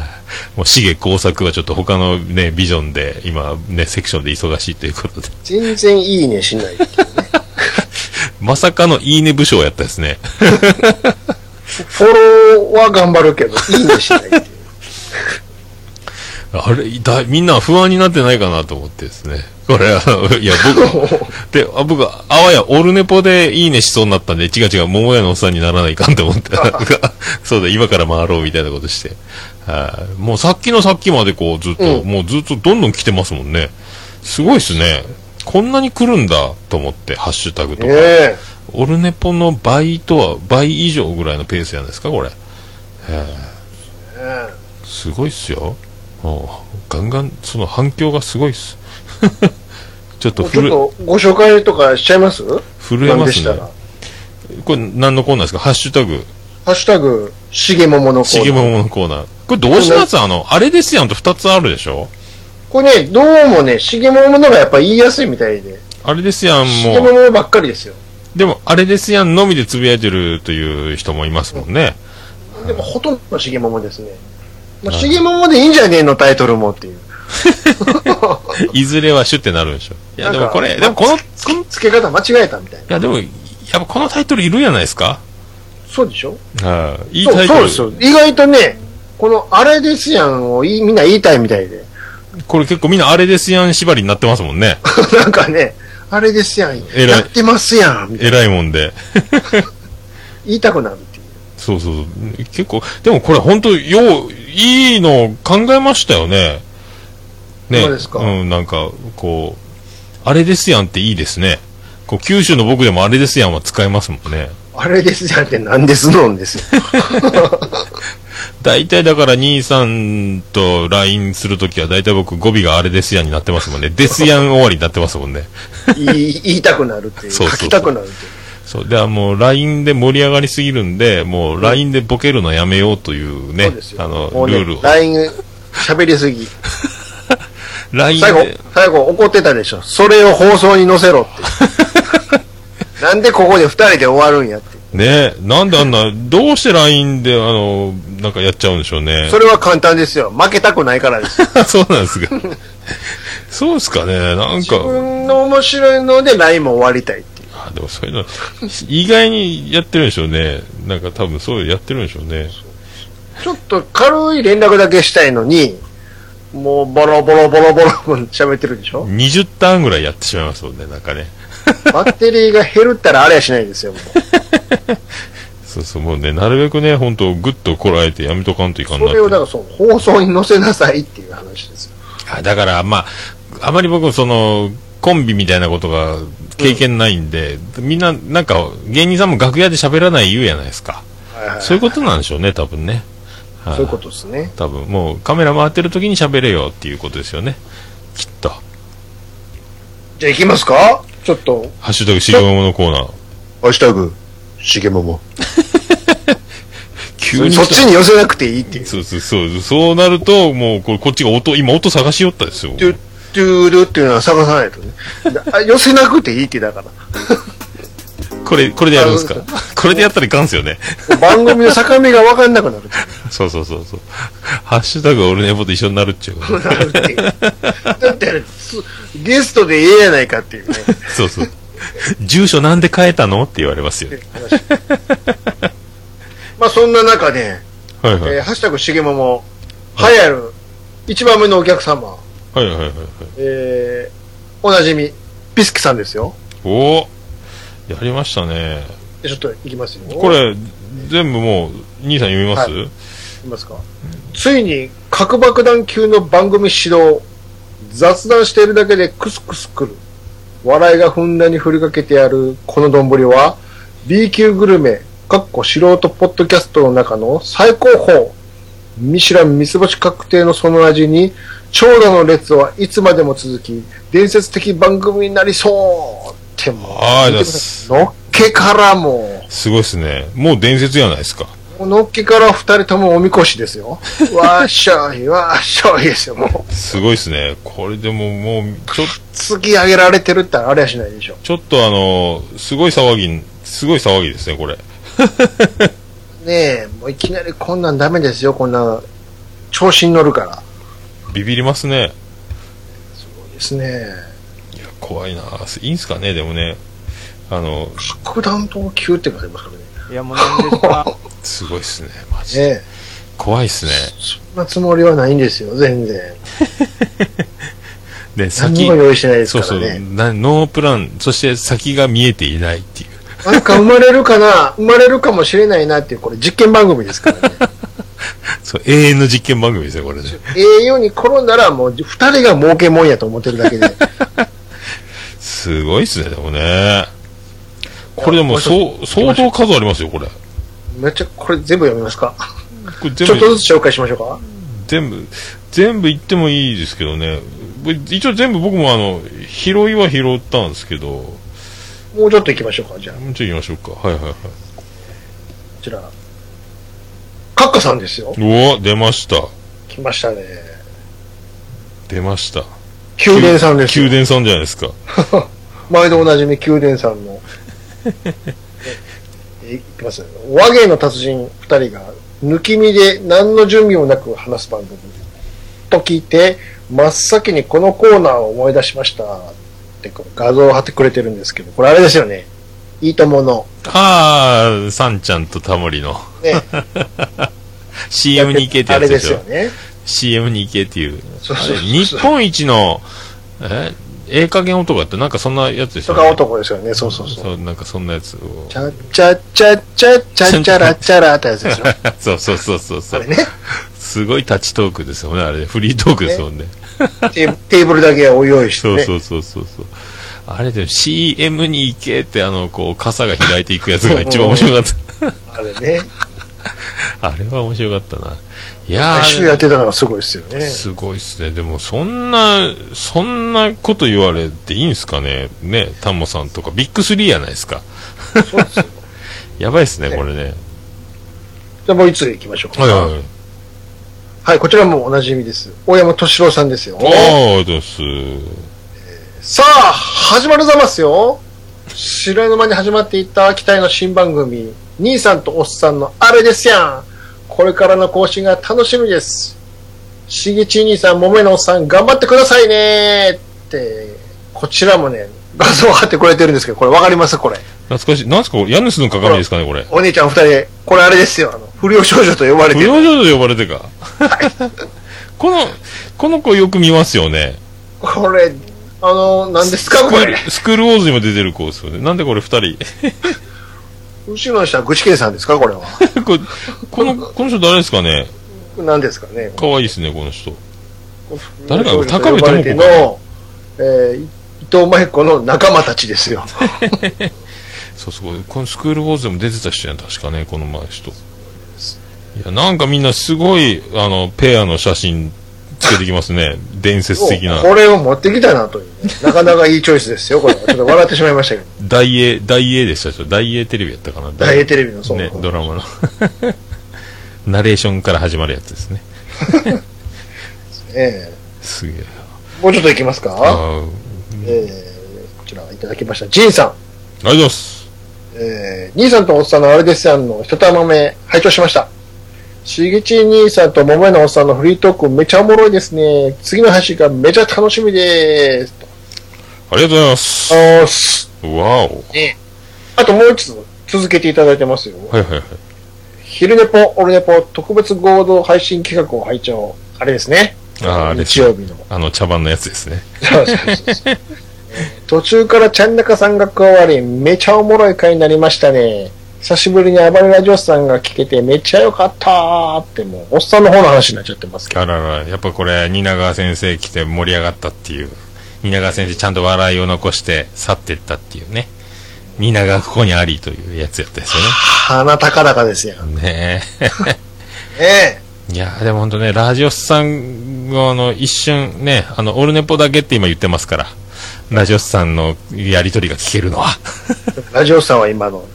う、しげ工作はちょっと他のね、ビジョンで、今、ね、セクションで忙しいということで、全然いいねしない。まさかのいいね武将やったですね。フォローは頑張るけど、いいねしな いっていう。あれだ、みんな不安になってないかなと思ってですね。これ、あの、いや、僕、で、あ僕、あわや、オルネポでいいねしそうになったんで、違う違う、桃屋のおっさんにならないかんと思 って、なんかそうだ、今から回ろうみたいなことして。はいもうさっきのさっきまでこう、ずっと、うんもうずっとどんどん来てますもんね。すごいっすね。こんなに来るんだと思って、ハッシュタグとか。ねえ。オルネポの倍とは、倍以上ぐらいのペースやんですか、これ。うんすごいっすよ。もうガンガン、その反響がすごいっす。 ちょっとちょっ震え、とご紹介とかしちゃいます震えなんまですしねた。ら。これ何のコーナーですかハッシュタグ、ハッシュタグ、しげもものコしげーナもー。ものコーナー。これどうしたんすあの、あれですやんと二つあるでしょこれね、どうもね、しげもものがやっぱ言いやすいみたいで、あれですやんしげも、ももばっかりですよ。でも、あれですやんのみでつぶやいてるという人もいますもん ね。でもほとんどしげももですね。まあ、しげももでいいんじゃねえの、タイトルもっていう。いずれはシュってなるんでしょ。いや、でもこれ、なんかでもこの、この、い付け方間違えたみたいな。や、でも、やっぱこのタイトルいるじゃないですかそうでしょはい。いいそタうイトそうル。ですよ。意外とね、このあれですやんをいみんな言いたいみたいで。 これ結構みんなあれですやん縛りになってますもんね。なんかね、あれですやん、偉いやってますやん、みたいな偉いもんで。言いたくなるっていう。そうそうそう。結構、でもこれ本当よう、いいの考えましたよね。ね。そうですかん、なんか、こう、あれですやんっていいですね。こう、九州の僕でもあれですやんは使えますもんね。あれですやんって何ですのんです よ。大体だから兄さんと LINE するときは大体僕語尾があれですやんになってます もんね。ですやん終わりになってますもんね。言い言いたくなるっていう。そ書うそうそうきたくなるっていう。そう。ではもう LINE で盛り上がりすぎるんで、もう LINE でボケるのやめようというねそうです、よ。あのも、うルねールを。 LINE 喋りすぎ。 LINE 最後で、最後怒ってたでしょ。それを放送に載せろって。 なんでここで二人で終わるんやって。ねえ、なんであんな、どうして LINE で、あの、なんかやっちゃうんでしょうねそ。れは簡単ですよ。負けたくないからですよ。そうなんですか。 そうですかね、なん自か、分の面白いので LINE も終わりたいっていう。あでもそういうの、意外にやってるんでしょうね。なんか多分そういうやってるんでしょうね。ちょっと軽い連絡だけしたいのに、もうボロボロボロボロ喋ってるでしょ。 20ターンぐらいやってしまいますもんね、なんかね。バッテリーが減るったらあれやしないですよ、もう。そうそう、もうね、なるべくね、本当グッとこらえてやめとかんといかんそなってれをだからそう放送に載せなさいっていう話ですよ。あだから、まあ、あまり僕、その、コンビみたいなことが経験ないんで、みんな、なんか、芸人さんも楽屋で喋らない言うやないですか。はいはいそういうことなんでしょうね、多分ね。はそういうことですね。多分、もうカメラ回ってる時に喋れよっていうことですよね。きっと。じゃあ行きますかちょっと、ハッシュタグ、しげもものコーナー。ハッシュタグ、しげもも。急そっちに寄せなくていいっていう。そうそうそう。そうなると、もう、これ、こっちが音、今音探しよったですよ。トゥットゥルっていうのは探さないとね。あ寄せなくていいってだから。これ、これでやるんですかあそうこれでやったらいかんすよね。番組の境目が分かんなくなるってそうそうそうそう。ハッシュタグ、俺のエボと一緒になるっちゅうこと。なるっていう。だってあれ、つゲストでええやないかっていうね。そうそう。住所なんで変えたのって言われますよ。話まあそんな中ね、はいえはい。ーハッシュタグしげもも、はやる、一番目のお客様、はいはいはいはい。えー、おなじみ、ピスキさんですよ。おおやりましたね。ちょっといきますよ。これ、全部もう、兄さん読みます、は言いますか。ついに、核爆弾級の番組指導。雑談しているだけでクスクスくる。笑いがふんだんに振りかけてやるこの丼は、B 級グルメ、かっこ素人ポッドキャストの中の最高峰。ミシュラン三つ星確定のその味に、長蛇の列はいつまでも続き、伝説的番組になりそうってもうはい見てくださいのっけからもすごいですね。もう伝説やないですか。のっけから二人ともおみこしで すよ。わっしょい、わっしょいですよ、もう。すごいですね。これでももう、ちょ、突き上げられてるったらあれやしないでしょ。ちょっとあの、すごい騒ぎ、すごい騒ぎですね、これ。ねえ、もういきなりこんなんダメですよ、こんな、調子に乗るから。ビビりますね。そうですね。いや、怖いな。いいんすかね、でもね。あの、核弾頭級って書いてますからね。いや、もう何ですか。すごいっすね。マジで。 ねえ、怖いっすね。そんなつもりはないんですよ、全然。で、先何も、用意してないですそうからそうね。な、ノープラン、そして先が見えていないっていう。なんか生まれるかな、生まれるかもしれないなっていう、これ実験番組で すからね。そう、永遠の実験番組ですよ、これね。栄養に転んだらもう二人が儲けもんやと思ってるだけで。すごいっすね、でもね。これでも、そう、相当数ありますよ、これ。こめっちゃ、これ全部読みますかれちょ全っと部、ずつ紹介しましょうか。全部、全部言ってもいいですけどね。一応全部僕もあの、拾いは拾ったんですけど、ももうちょっと行きましょうか、じゃあ。こうちょい行きましょうか。はいはいはい。ちら。カッカさんですよ。うわ、出ました。来ましたね。出ました。宮殿さんですよ。宮殿さんじゃないですか。毎度おなじみ宮殿さ んの。えいきます。和芸の達人二人が、抜き身で何の準備もなく話す番組。と聞いて、真っ先にこのコーナーを思い出しました。ってこう画像を貼ってくれてるんですけど、これあれですよね。いいともの。あー、さんちゃんとタモリのね。 CM に行けってあやれつででしすよょ。ね。 CM に行けっていう。そうそうそうあれ日本一の、え、ええ加減男ってなんかそんなやつでしとょ、か男ですよね。そうそうそう。そう、なんかそんなやつをチ。ャチャチャチャチャチャラチャラってやつですよ。 そうそうそうそうあそうれ。ね。すごいタッチトークですよね、あれ。フリートークですもんね。テーテーブルだけはお用意してそうね。そうそうそうそう。あれでも CM に行けってあの、こう、傘が開いていくやつが一番面白かっあれね。た。あれは面白かったな。いや毎週やっー、てたのがすごいですよね。すごいっすね。でもそんな、そんなこと言われていいんすかねね、タンモさんとか。ビッグスリーやないですか。そうですよ。 やばいっすね、これね。じゃあもう一つ行きましょうか。はいはいはい。はい、こちらもおなじみです。大山敏郎さんですよお。ー、ありがとうございます。さあ、始まるざますよ。知らぬ間に始まっていた期待の新番組、兄さんとおっさんのあれですやん。これからの更新が楽しみです。しげち兄さん、もめのおっさん、頑張ってくださいねって、こちらもね、画像を貼ってくれてるんですけど、これわかりますこれ。懐かしい。なんすかこれ、家主の鏡ですかね、これ。お兄ちゃん二人、これあれですよ。あの不良少女と呼ばれ不てる。良女と呼ばれてか。この、この子よく見ますよね。これ、あの、何ですかスクこーれル。スクールウォーズにも出てる子ですよね。なんでこれ二人 後ろの人は愚痴けさんですかこれは。これこの、この人誰ですかね何ですかね可愛いですね、この人。誰か高部智子かの、えー伊藤真彦の仲間たちです よ。そうそう、このスクールウォーズでも出てた人やん、確かね、この前人。いや、なんかみんなすごい、あの、ペアの写真つけてきます ね。伝説的なこ。れを持ってきたなという、ね、なかなかいいチョイスですよ、これは。ちょっと笑ってしまいましたけど。大英、大英でしたでしょ。 大英テレビやったかな。大英テレビの、そう。ね、ドラマの。 ナレーションから始まるやつですね。えすげえ。えもうちょっといきますか。あーえーこちらいただきました。ジンさん。ありがとうございます。えー兄さんとおっさんのあれですやんの一玉目、拝聴しました。しげち兄さんと桃屋のおっさんのフリートークめちゃおもろいですね。次の話がめちゃ楽しみです。ありがとうございます。あす。わお。あともう一つ続けていただいてますよ。はいはいはい。昼寝ぽ、オルネポ特別合同配信企画を拝聴。あれですね。あーあれ日曜日の。 あの、茶番のやつですね。そうそうそうそう途中からちゃんなかさんが加わり、めちゃおもろい回になりましたね。久しぶりに暴れラジオさんが聞けてめっちゃ良かったーってもう、おっさんの方の話になっちゃってますけど。あらら、やっぱこれ、蜷川先生来て盛り上がったっていう。蜷川先生ちゃんと笑いを残して去ってったっていうね。蜷川ここにありというやつやったです鼻高々ですよ。よね。ねえ。えいやーでもほんとね、ラジオスさんのあの、一瞬ね、あの、オルネポだけって今言ってますから。ラジオスさんのやりとりが聞けるのは。 えラジオさんは今の、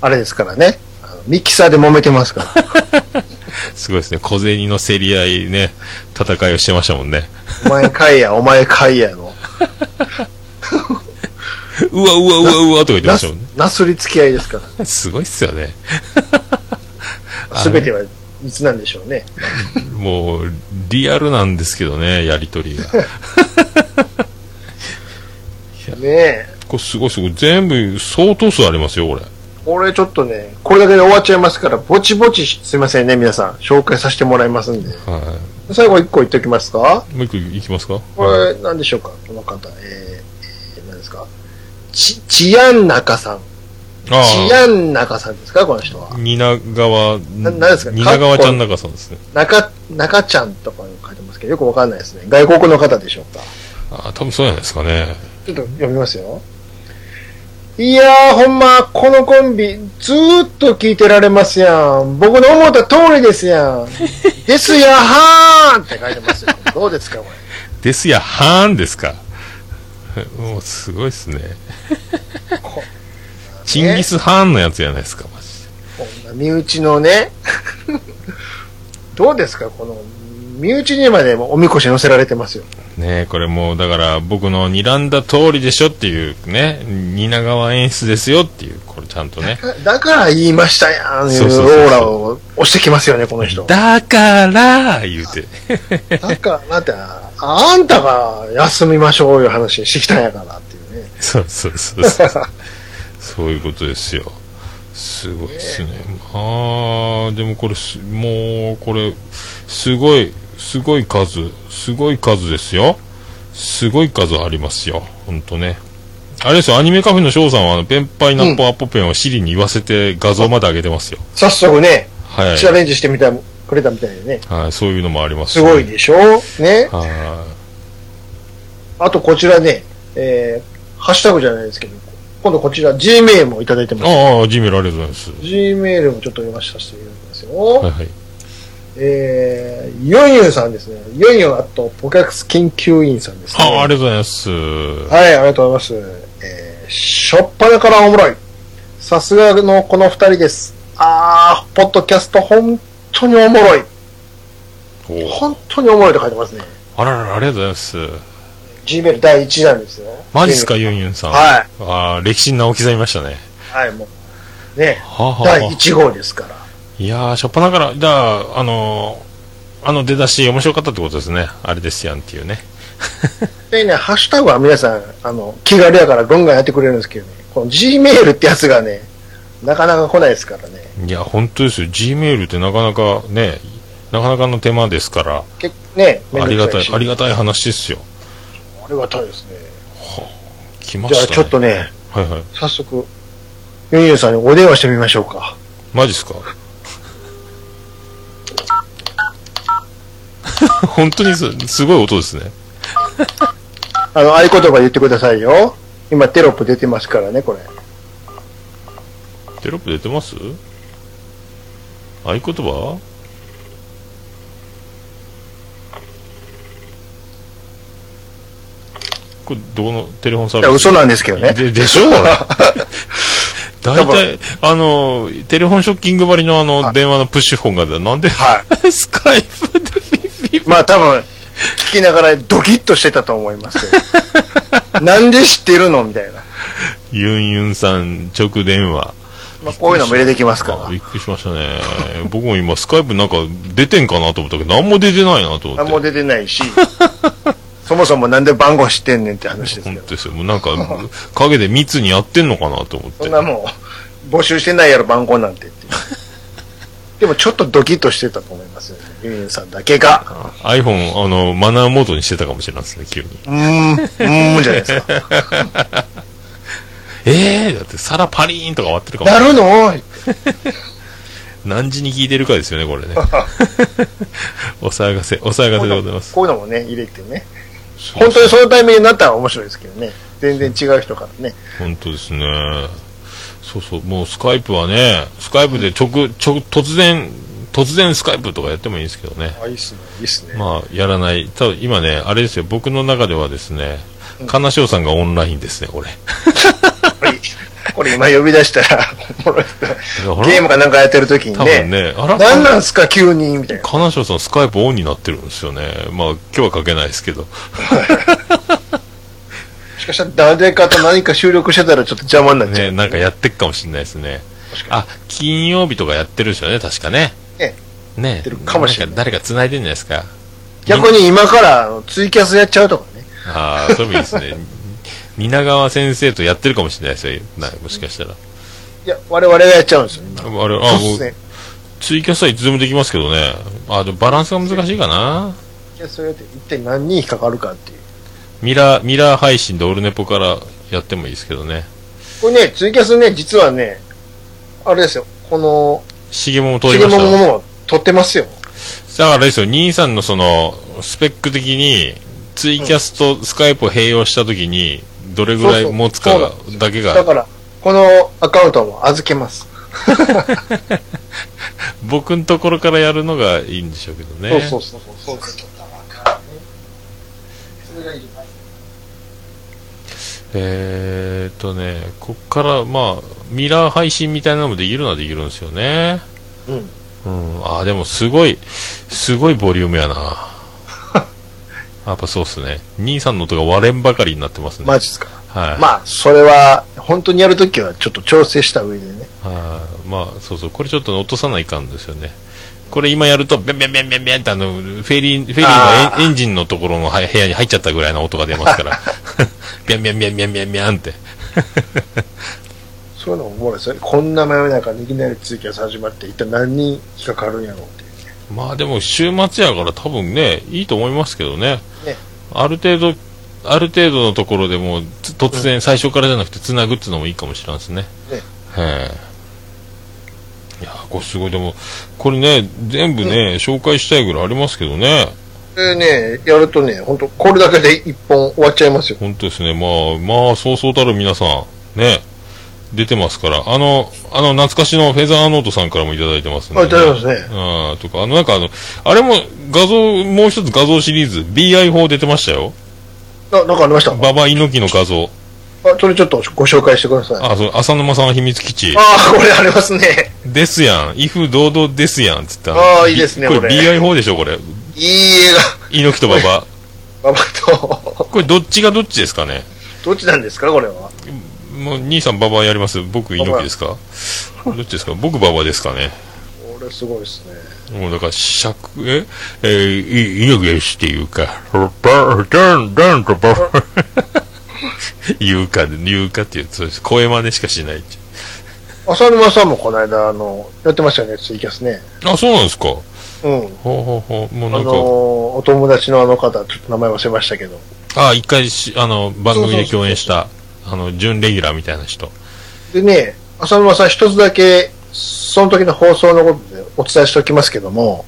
あれですからね。あのミキサーで揉めてますから。すごいですね。小銭の競り合いね、戦いをしてましたもんね。お前かいや、お前かいや の。うわうわうわうわとか言ってまなしたすもんね。なすりつき合いですかすごいっすよね。ら。すべてはいつなんでしょうね。もう、リアルなんですけどね、やりと りが。ねえ。これすごいすごい。全部相当数ありますよ、これ。これちょっとね、これだけで終わっちゃいますから、ぼちぼちすいませんね、皆さん。紹介させてもらいますんで。は最後一個言っておきますかい。もう一個いきますかこれ、何でしょうかこの方、えー、えー何ですかち、ちやんなかさん。ちあやんなかさんですかこの人あ。は。蜷川、ななんですか蜷川ちゃん中さんですね。なか、なかちゃんとか書いてますけど、よくわかんないですね。外国の方でしょうかああ、多分そうじゃないですかね。ちょっと読みますよ。いやー、ほんま、このコンビ、ずーっと聞いてられますやん。僕の思った通りですやん。ですやはーんって書いてますよ。どうですか、これ。ですや、はーんですか。 もうすごいっすねこ。チンギス・ハーンのやつじゃないですか、マジでこんな身内のね。どうですか、この、身内にまでおみこし乗せられてますよ。ねえ、これもう、だから、僕の睨んだ通りでしょっていうね、蜷川演出ですよっていう、これちゃん とね。だから言いましたやん、いうそオうそうそうそうーラを押してきますよね、この人。だだから、言うて。から、だって、ああんたが休みましょういう話してきたんやからっていうね。 そうそうそうそう。そういうことですよ。すごいですね。まあ、でもこれす、もう、これ、すごい、すごい数、すごい数ですよ。すごい数ありますよ。ほんとね。あれですよ、アニメカフェの翔さんは、あの、ペンパイナッポンアッポペンをシリに言わせて画像まで上げてますよ。早速ね、はい。チャレンジしてみた、くれたみたいでね。はい、そういうのもありますすよごい。でしょね。はあとこちらね、えー、ハッシュタグじゃないですけど、今度こちら G メールもいただいてい。ます。ああ、ジミールありがとうございます。 G メールもちょっと読ませさせていただきますよ。はいはい。えー、ユンユンさんですね。ユンユンあと、ポケクス研究員さんですね。ああ、ありがとうございます。はい、ありがとうございます。えー、しょっぱなからおもろい。さすがのこの二人です。あー、ポッドキャスト本当におもろい。おー本当におもろいと書いてますね。あららら、ありがとうございます。 G メール第1弾ですよ。マジっすか、ユンユンさん。はい。ああ、歴史に名を刻みましたね。はい、もう。ね、はあ、はあ第1号ですから。いやー、しょっぱなから、だからあのーあの出だし面白かったってことですね。あれですやんっていうね。でね、ハッシュタグは皆さん、あの、気軽やからガンガンやってくれるんですけどね、この G メールってやつがね、なかなか来ないですからね。いや、本当ですよ。Gmail ってなかなかね、なかなかの手間ですから、結ね、ありがたい、ありががたい話ですよ。ありがたいですね。来ましじゃたね。あちょっとね、はいはい。早速、ユンユンさんにお電話してみましょうか。マジっす か本当にすすごい音ですね。あの、合言葉言ってくださいよ。今テロップ出てますからね、これ。テロップ出てます合言葉これ、どこのテレフォンサーいビや、ス嘘なんですけどね。ででし ょほら大体、あの、テレフォンショッキングばりのあの、はい電話のプッシュフォンが、なんで、は スカイプでピッピッまあ多分、聞きながらドキッとしてたと思います よなんで知ってるのみたいな。ユンユンさん直電話。まあこういうのも入れてき ますあかびっくりしましたね。僕も今、スカイプなんか出てんかなと思ったけど、何も出てないなと思って。ら。何も出てないし、そもそもなんで番号知ってんねんって話です本け ど当。ですよ。もうなんか、影で密にやってんのかなと思って。そんなもう、募集してないやろ、番号なんて っていう。でもちょっとドキッとしてたと思いますよね。ユンユンさんだけが。 iPhone、あの、マナーモードにしてたかもしれないですね、急に。うーん、うーんじゃない ですか。えー、だって皿パリーンとか割ってるかもな。るの何時に聞いてるかですよね、こ れね。お騒がせ、お騒がせでございます。こういうのもね、入れてね。本当にそのタイミングになったら面白いですけどね。全然違う人からね。本当ですね。そうそう、もうスカイプはね、スカイプで直、直、突然、突然スカイプとかやってもいいんですけどね。あ、いいっすね、いいっすね。まあ、やらない。ただ今ね、あれですよ、僕の中ではですね、金翔さんがオンラインですね、これ。これ、これ今呼び出したら、おもろいっすねほらゲームかなんかやってる時に多分ね、ね、あら、何なんすか急にみたいな。金翔さんスカイプオンになってるんですよね。まあ、今日はかけないですけど。しかし誰かと何か収録してたらちょっと邪魔になっちゃね、う。なんかやってっかもしれないですね。あ、金曜日とかやってるんですよね、確かね。えねってるかもしれないんか誰か繋いでんじゃないですか。逆に今からあのツイキャスやっちゃうとかね。ああ、それもいいです ね。蜷川先生とやってるかもしれないですよ。なもしかしたら。いや、我々がやっちゃうんですよ、今。あれ、あも突然う、。ツイキャスはいつでもできますけどね。あでもバランスが難しいかな。いや、それって一体何に引っかかるかっていう。ミラー、ミラー配信でオルネポからやってもいいですけどね。これね、ツイキャスね、実はね、あれですよ、この、シゲモも通ちりりましもた。もだかも撮ってますよ。らあれですよ、兄さんのその、スペック的に、ツイキャスとスカイプを併用したときに、どれぐらい持つかがそうそうそうなんでだけだが、から、このアカウントはもう預けます。僕のところからやるのがいいんでしょうけどね。そうそうそうそう。そうそれがいい。えーっとね、こっから、まあ、ミラー配信みたいなのもできるのはできるんですよね。うん。うん。あー、でもすごい、すごいボリュームや な。やっぱそうっすね。兄さんの音が割れんばかりになってますね。マジですか。はい。ままあ、それは、本当にやるときはちょっと調整した上でね。あ、まあ、そうそう。これちょっと落とさないかんですよね。これ今やると、ベンベンベンベンベンってあの、フェリー、フェリーあのエンエンジンのところのは部屋に入っちゃったぐらいの音が出ます から。ビャンビャンビャンビャンビャンビャンって。そういうのもおもろいですよね。こんな真夜中にいきなりツイキャス始まって、一体何に引っかかるんやろうっていうね。まあでも週末やから多分ね、いいと思いますけどね。ねある程度、ある程度のところでもうつ突然最初からじゃなくて繋ぐっていうのもいいかもしれないですね。ねへえ。いや、これすごい。でも、これね、全部ね、紹介したいぐらいありますけどね。これね、やるとね、本当これだけで一本終わっちゃいますよ。本当ですね。まあ、まあ、そうそうたる皆さん、ね、出てますから。あの、あの、懐かしのフェザーノートさんからもいただいてますんであ、いただきますね。ああ、とか、あの、なんかあの、あれも画像、もう一つ画像シリーズ、BI4 出てましたよ。あ、なんかありました馬場猪木の画像。あ、それちょっとご紹介してください。ああ、そう、浅沼さんは秘密基地。あー、これありますね。ですやん。威風堂々ですやん。つったああいいですねこれこれ BI4 でしょ、これ。いい映猪木と馬場。画。ババと、これどっちがどっちですかね どっちなんですかこれは。もう、兄さん馬場やります。僕猪木ですかどっちですか僕馬場ですかね。これすごいですね。もうだから、尺、ええー、い猪木ですっていうか、バー、ダン、ダンとバー。 言うか、言うかっていう、そうです。声真似しかしないっていう浅沼さんもこの間、あの、やってましたよね、ツイキャスね。あ、そうなんですか。ほうん。うほうほう。もうあなのんか、お友達のあの方、ちょっと名前忘れましたけど。あ、一回し、あの、番組で共演した、あの、準レギュラーみたいな人。でね、浅沼さん一つだけ、その時の放送のことでお伝えしておきますけども、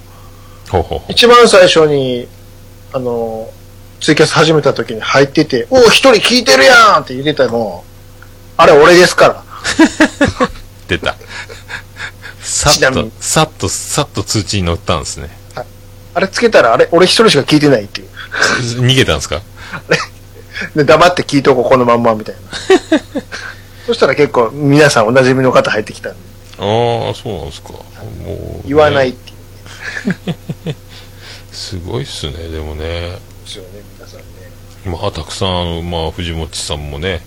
ほうほうほう。一番最初に、あの、ツイキャス始めた時に入ってて、おお、一人聞いてるやんって言ってたの、あれ俺ですから。出た。さ ちなっみとに、さっと、さっと通知に乗ったん ですね。あれつけたら、あれ俺一人しか聞いてないっていう。逃げたんですかで、黙って聞いとこう、このまんまみ たいな。そしたら結構皆さんお馴染みの方入ってきたんで、ああ、そうなんですか。もう、言わないっねていうんすごいっすね、でもね。ですよね、皆さんね。まあ、たくさん、あのまあ、藤本さんもね、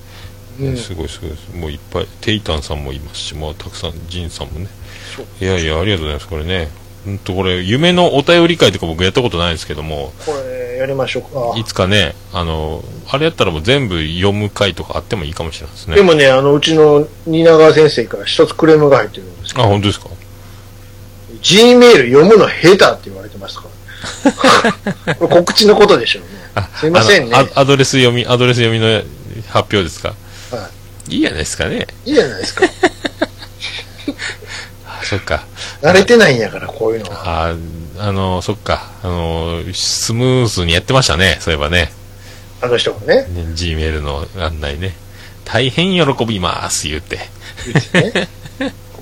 うんすごいすごいです。もういっぱい、テイタンさんもいますし、まあ、たくさん、ジンさんもねそう。いやいや、ありがとうございます、これね。本当これ、夢のお便り会とか僕やったことないですけども、これ、やりましょういつかね、あの、あれやったらもう全部読む会とかあってもいいかもしれないですか。ね。でもね、あの、うちの蜷川先生から一つクレームが入ってるんですけあ、ど、本当ですか G メール読むの下手って言われてます から。これ告知のことでしょうね。すいませんねあのアアドレス読み、アドレス読みの発表ですかはいいじゃないですかね。いいじゃないですか。あそっか。慣れてないんやから、こういうのは。ああの、そっか。あの、スムーズにやってましたね。そういえばね。あの人もね。ね G メールの案内ね。大変喜びます、言って。言っ てね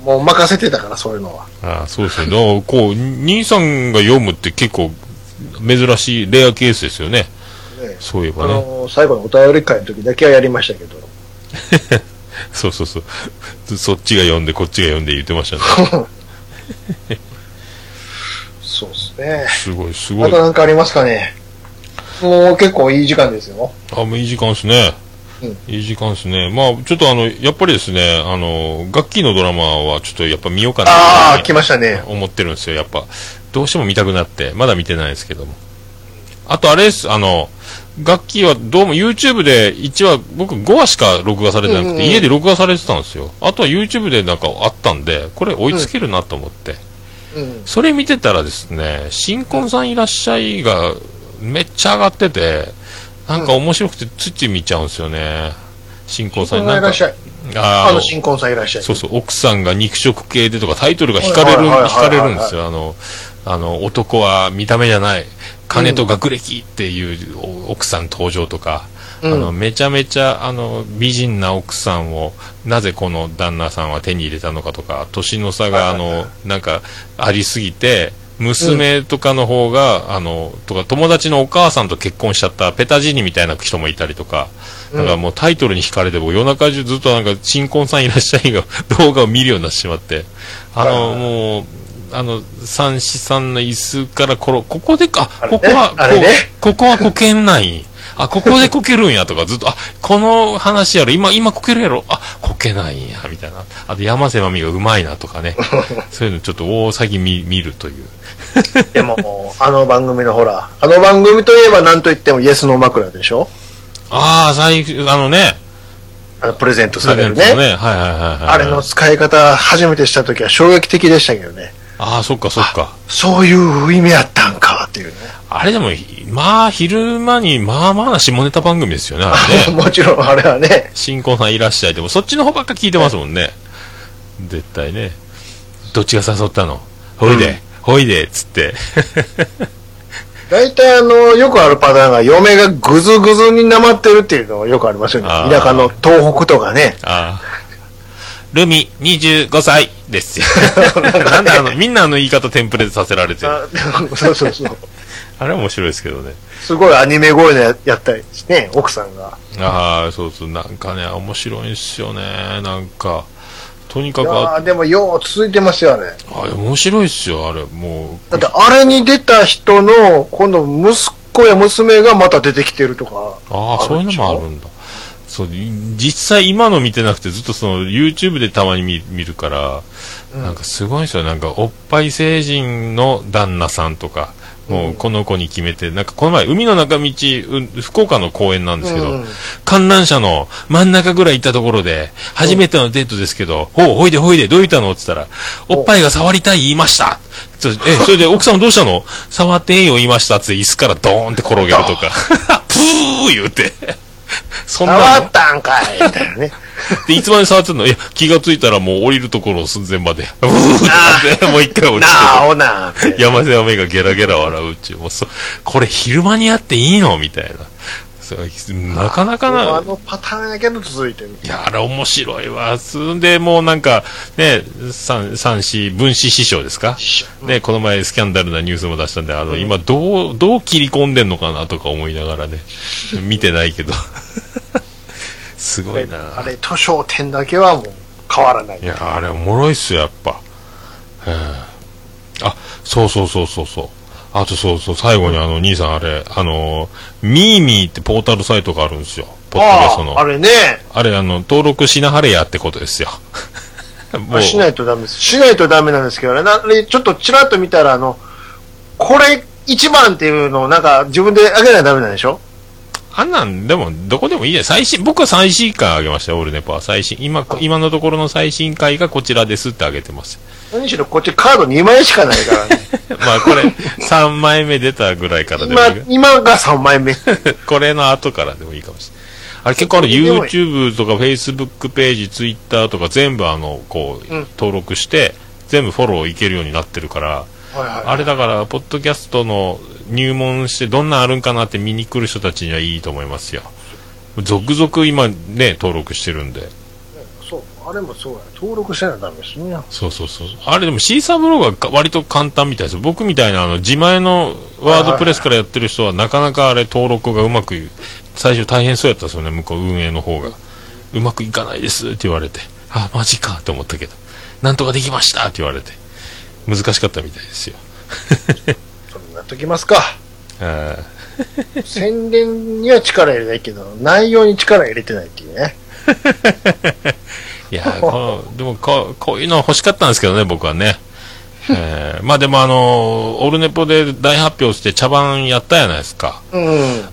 もう任せてたから、そういうのは。ああ、そうですね。だからこう、兄さんが読むって結構珍しい、レアケースですよね。ねそういえあばね。の、最後のお便り会の時だけはやりましたけど、そうそうそう。そっちが読んで、こっちが読んで言ってましたね。そうですね。すごい、すごまい。た何かありますかねもう結構いい時間ですよ。あ、もういい時間ですね。ういい時間ですね。まあ、ちょっとあの、やっぱりですね、あの、楽器のドラマはちょっとやっぱ見ようかなああ、って来ましたね。思ってるんですよ、やっぱ。どうしても見たくなって、まだ見てないですけども。あとあれです、あの、楽器はどうも YouTube で1話、僕5話しか録画されてなくて、うんうんうん家で録画されてたんですよ。あとは YouTube でなんかあったんで、これ追いつけるなと思って。うん。それ見てたらですね、新婚さんいらっしゃいがめっちゃ上がってて、なんか面白くてついつい見ちゃうんですよね。新婚さん新に婚なんんかさいらっ、しゃい。あーああのの、新婚さんいらっしゃい。そうそう、奥さんが肉食系でとかタイトルが惹かれる、はいはいはいはい惹かれるんですよ。あの、あの、男は見た目じゃない、金と学歴っていうお奥さん登場とか、うんあの、めちゃめちゃ、あの、美人な奥さんを、なぜこの旦那さんは手に入れたのかとか、年の差が、あはいはいはいの、なんか、ありすぎて、娘とかの方が、あの、とか、友達のお母さんと結婚しちゃったペタジーニみたいな人もいたりとか、うんなんかもうタイトルに惹かれて、僕夜中中ずっとなんか、新婚さんいらっしゃいが 動画を見るようになってしまって、あはいはいの、はいもう、あの、三子さんの椅子からころ、ここでか、あれこねこは、あれねこうここはこけんない。あ、ここでこけるんやとか、ずっと、あ、この話やろ、今、今こけるやろ、あ、こけないんや、みたいな。あと、山瀬まみがうまいなとか ね。そういうのちょっと大先見見るという。で も、あの番組のほら、あの番組といえば何と言ってもイエスの枕でしょああ、最近、あのね、あの、プレゼントされるね。そうねはいはいはい、はい。あれの使い方初めてした時は衝撃的でしたけどね。ああ、そっかそっか。そういう意味やったんかっていうね。あれでも、まあ、昼間に、まあまあな下ネタ番組ですよね、あれ ね。もちろんあれはね。新婚さんいらっしゃい。でも、そっちの方ばっか聞いてますもんね。絶対ね。どっちが誘ったのほいで、うんほいで、つって。 大体あの、よくあるパターンが、嫁がぐずぐずになまってるっていうのはよくありますよねあー。田舎の東北とかね。ああ。ルミ、25歳です よ。なんだあの、みんなあの言い方テンプレートさせられてる。あ そうそうそう。あれ面白いですけどね。すごいアニメ声でやったりしてね、奥さんが。ああ、そうそう、なんかね、面白いんすよね。なんか、とにかいくやあ、ーでもよう続いてますよね。あれ面白いっすよ、あれ。もう、だってあれに出た人の、今度息子や娘がまた出てきてるとか。ああ、そういうのもあるんだ。そう、い実際今の見てなくてずっとその YouTube でたまに見見るから、うんなんかすごいんですよ。なんかおっぱい成人の旦那さんとか、もうこの子に決めて、なんかこの前海の中道、うん福岡の公園なんですけど、うん観覧車の真ん中ぐらい行ったところで、初めてのデートですけど、ほう、ほいでほいで、どう言ったのって言ったら、おっぱいが触りたい言いましたそえ、それで奥さんどうしたの触っていいよ言いましたって椅子からドーンって転 げるとか、プー言うて、そんなの触 っ、たんかいみたいなね。で、いつまで触ってんのいや、気がついたらもう降りるところ寸前まで。うーってもう一回落ちなあ、おなあってて。山瀬は目がゲラゲラ笑うっちゅう。もうそ、これ昼間にやっていいのみたいな。そうなかなかもうなあ。のパターンやけど続いてる。いや、あれ面白いわ。すんで、もうなんか、ね、三、三子、分子師匠ですかね、この前スキャンダルなニュースも出したんで、あの、今どう、どう切り込んでんのかなとか思いながら ね、見てないけど。すごいなあれ、図書店だけはもう変わらない。いや、あれおもろいっすよ、やっぱ。うん。あ、そうそうそうそうそう。あとそうそう、最後にあの、兄さんあれ、あの、ミーミーってポータルサイトがあるんですよ。ポッドキャストあの。あ、あれね。あれ、あの、登録しなはれやってこと ですよ。もう、しないとダメです。しないとダメなんですけどね。なあれちょっとちらっと見たら、あの、これ一番っていうのをなんか自分であげないとダメなんでしょあんなん、でも、どこでもいいじゃん。最新、僕は最新回あげましたよ、オールネポは。最新、今、今のところの最新回がこちらですってあげてます。 何しろこっちカード2枚しかないからね。まあ、これ、3枚目出たぐらいからでもいいけど今、今が3枚目。これの後からでもいいかもしれない。あれ結構あの YouTube とか Facebook ページ、Twitter とか全部あの、こう、うん登録して、全部フォローいけるようになってるから、ああれだから、ポッドキャストの入門してどんなんあるんかなって見に来る人たちにはいいと思いますよ。続々今ね、登録してるんで。そう、あれもそうや。登録してないとダメですね。そうそうそう。あれでもシーサーブログはか割と簡単みたいです。僕みたいなあの自前のワードプレスからやってる人はなかなかあれ登録がうまくい、最初大変そうやったんですよね、向こう運営の方が。うまくいかないですって言われて。あ、マジかって思ったけど。なんとかできましたって言われて。難しかったみたいですよ。それなっときますか。 あ宣伝には力入れないけど、内容に力入れてないっていうね。ーいやーこのでもこうこういうの欲しかったんですけどね、僕はね。えーまあでもあのーオルネポで大発表して茶番やったじゃないですか。うん。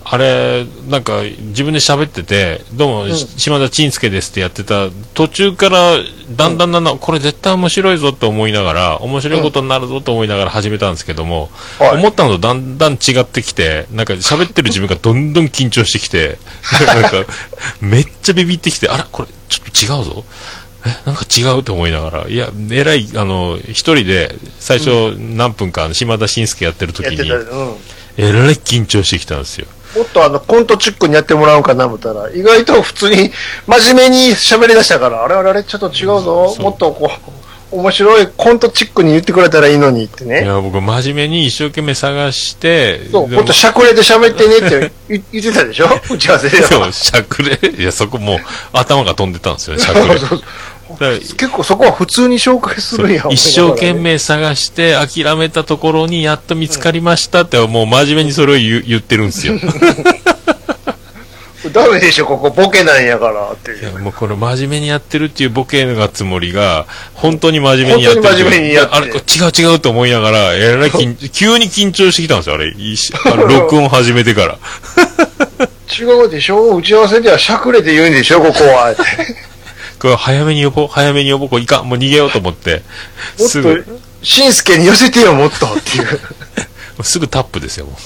あれ、なんか、自分で喋ってて、どうも、んし島田晋介ですってやってた、途中から、だんだんだんだん、これ絶対面白いぞと思いながら、面白いことになるぞと思いながら始めたんですけども、はい思ったのとだんだん違ってきて、なんか喋ってる自分がどんどん緊張してきて、 なんか、めっちゃビビってきて、あら、これ、ちょっと違うぞ。え、なんか違うと思いながら、いや、えらい、あの、一人で、最初何分か、島田晋介やってる時やってた。に、うん。えらい緊張してきたんですよ。もっとあの、コントチックにやってもらおうかな思ったら、意外と普通に真面目に喋り出したから、あれあれあれ、ちょっと違うぞそ。うもっとこう、面白いコントチックに言ってくれたらいいのにっていね。や、僕、真面目に一生懸命探して、そう、でももっとしゃくれて喋ってねって言 言って たでしょ打ち合わせでは。そうしゃくれ、いや、そこもう、頭が飛んでたんです よね、しゃくれ。だから結構そこは普通に紹介するやん。一生懸命探して、諦めたところにやっと見つかりましたって、もう真面目にそれを言う言ってるんです よ。いダメでしょ、ここボケなんやからっていう。や、もうこれ真面目にやってるっていうボケがつもりが、本当に真面目にやってる。本当に真面目にやってあれ、これ違う違うと思いながら、えらい緊、急に緊張してきたんですよ、あれ。いいしあ の録音始めてから。違うでしょ打ち合わせではしゃくれて言うんでしょここは。これ早めに呼ぼう、早めに呼ぼう、これいかん、もう逃げようと思って。もっすぐ。と、しんすけに寄せてよ、もっとっていう。すぐタップですよ、も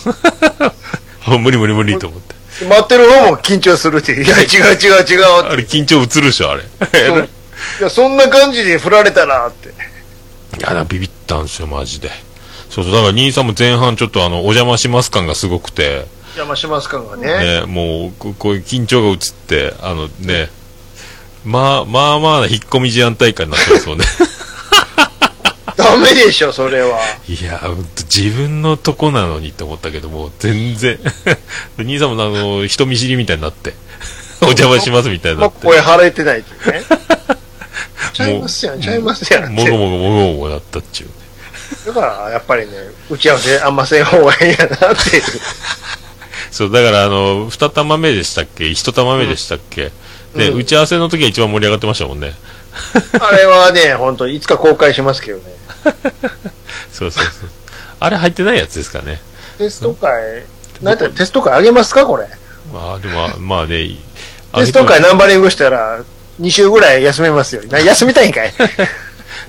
う。 もう無理無理無理と思って。待ってる方も緊張するっていう。いや、違う違う違うってあれ、緊張映るでしょ、あれ。そういや、そんな感じで振られたらって。いやだ、ビビったんですよ、マジで。そうそう、だから兄さんも前半ちょっとあの、お邪魔します感がすごくて、邪魔します感がね。ね、もう、ここういう緊張が映って、あのね、まあ、まあまあな引っ込み事案大会になってますも んね。ダメでしょ、それは。いや、ほんと自分のとこなのにって思ったけども、全然。 で兄さんもあの、人見知りみたいになって、お邪魔しますみたいにまなあ、って。声晴れてないっていう ね。ちゃいますやん、ちゃいますやんっもごて。もごもごもごなったっちゅうね。だから、やっぱりね、打ち合わせあんません方がいいやなっていう。そう、だから、あの、二玉目でしたっけ一玉目でしたっけ、で、うん打ち合わせの時が一番盛り上がってましたもんね。あれはね、本当いつか公開しますけどね。そうそうそう。あれ入ってないやつですかね。テスト会、なんてテスト会あげますかこれ。まあ、でも、まあね、いテスト会ナンバリングしたら、2週ぐらい休めますよ。な休みたい んかい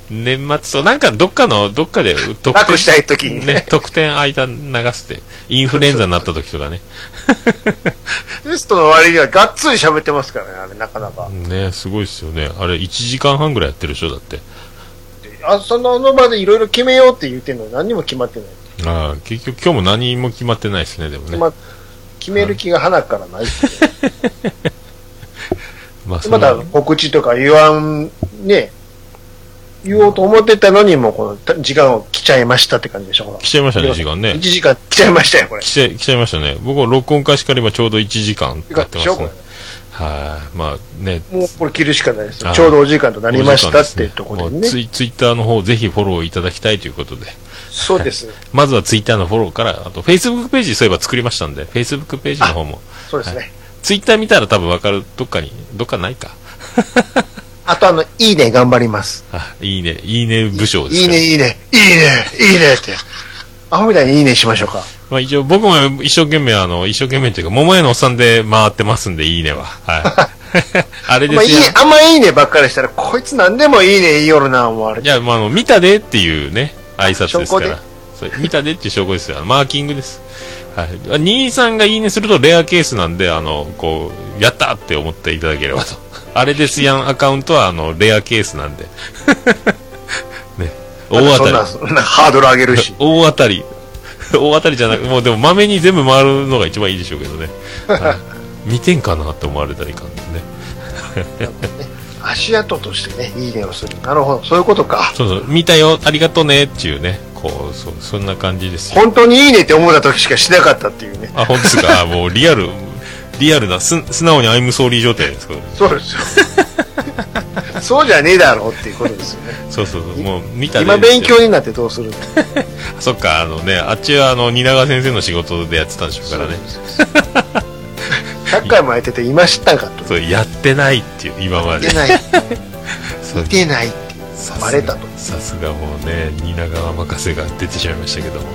年末、そう、なんかどっかの、どっかで、特楽したい時にねね、特典間流して、インフルエンザになった時とかね。でストの割にはがっつり喋ってますからね、あれ、なかなか。ねすごいですよね。あれ、1時間半ぐらいやってるでしょ、だって。あそのあの場でいろいろ決めようって言ってんのに何にも決まってない。ああ、結局今日も何も決まってないですね、でもね。まあ、決める気が鼻からない。まあ、そまのた告知とか言わん、ね、言おうと思ってたのに、もうこの時間を来ちゃいましたって感じでしょ、ほら。来ちゃいましたね、時間1ね。時間来ちゃいましたよ、これ。来ちゃい、来ちゃいましたね。僕は録音開始から今ちょうど1時間経ってでましょ、すこねれ。。はい。まあね、もうこれ切るしかないですあよ。ーちょうどお時間となありましたっていうところでね。ツイツイッターの方ぜひフォローいただきたいということで。そうです。まずはツイッターのフォローから、あとフェイスブックページそういえば作りましたんで、フェイスブックページの方も。そうですね。ツイッター見たら多分わかる、どっかに、どっかないか。あとあの、いいね頑張ります。あ、いいね、いいね部署ですいいからね、いいね、いいね、いいねって。アホみたいにいいねしましょうか。まあ一応僕も一生懸命あの、一生懸命というか、桃屋のおっさんで回ってますんで、いいねは。 はい。あれでまあ、いいすよ。あんまいいねばっかりしたら、こいつ何でもいいね言いよるな、思われじて。ゃあ、まあ、あの、見たでっていうね、挨拶ですか証拠でら。そう見たでっていう証拠ですよ。あのマーキングです。はい。兄さんがいいねするとレアケースなんで、あの、こう、やったって思っていただければ と。あれですやんアカウントは、あの、レアケースなんで。ね。大当たり。。そんな、そんなハードル上げるし 大当たり。大当たりじゃなく、もうでも、まめに全部回るのが一番いいでしょうけどね。 はい、見てんかなって思われたらいかんですね。足跡としてね、いいねをする。なるほど、そういうことか。そうそう、見たよ、ありがとうねっていうね、こう、そうそんな感じですよ。本当にいいねって思った時しかしなかったっていうね。あ、本当ですか。あもうリアル、リアルな、す素直にアイムソーリー状態ですけど、そうで すよ。そうじゃねえだろうっていうことですよね。そうそうそう、もう見たで今勉強になってどうするのそっか、あのね、あっちはあの、蜷川先生の仕事でやってたんでしょうからね。 100回もやってて今知ったんかと。そう、やってないっていう、今ま見でて。ない。そう見てないっていう。さすがバレたとさすがもうね、蜷川任せが出てしまいましたけども。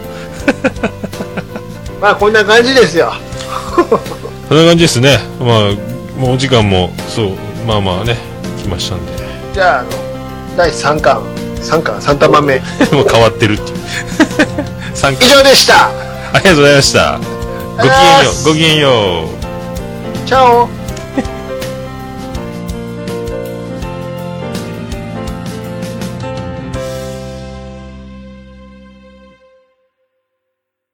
まあこんな感じですよ。そんな感じですね。まあ、もうお時間も、そう、まあまあね、来ましたんで。 じゃあ、あの、第3巻、3巻、3玉目。もう変わって るっていう。参加以上でしたありがとうございました。ごきげんよう、ごきげんよう。チャオ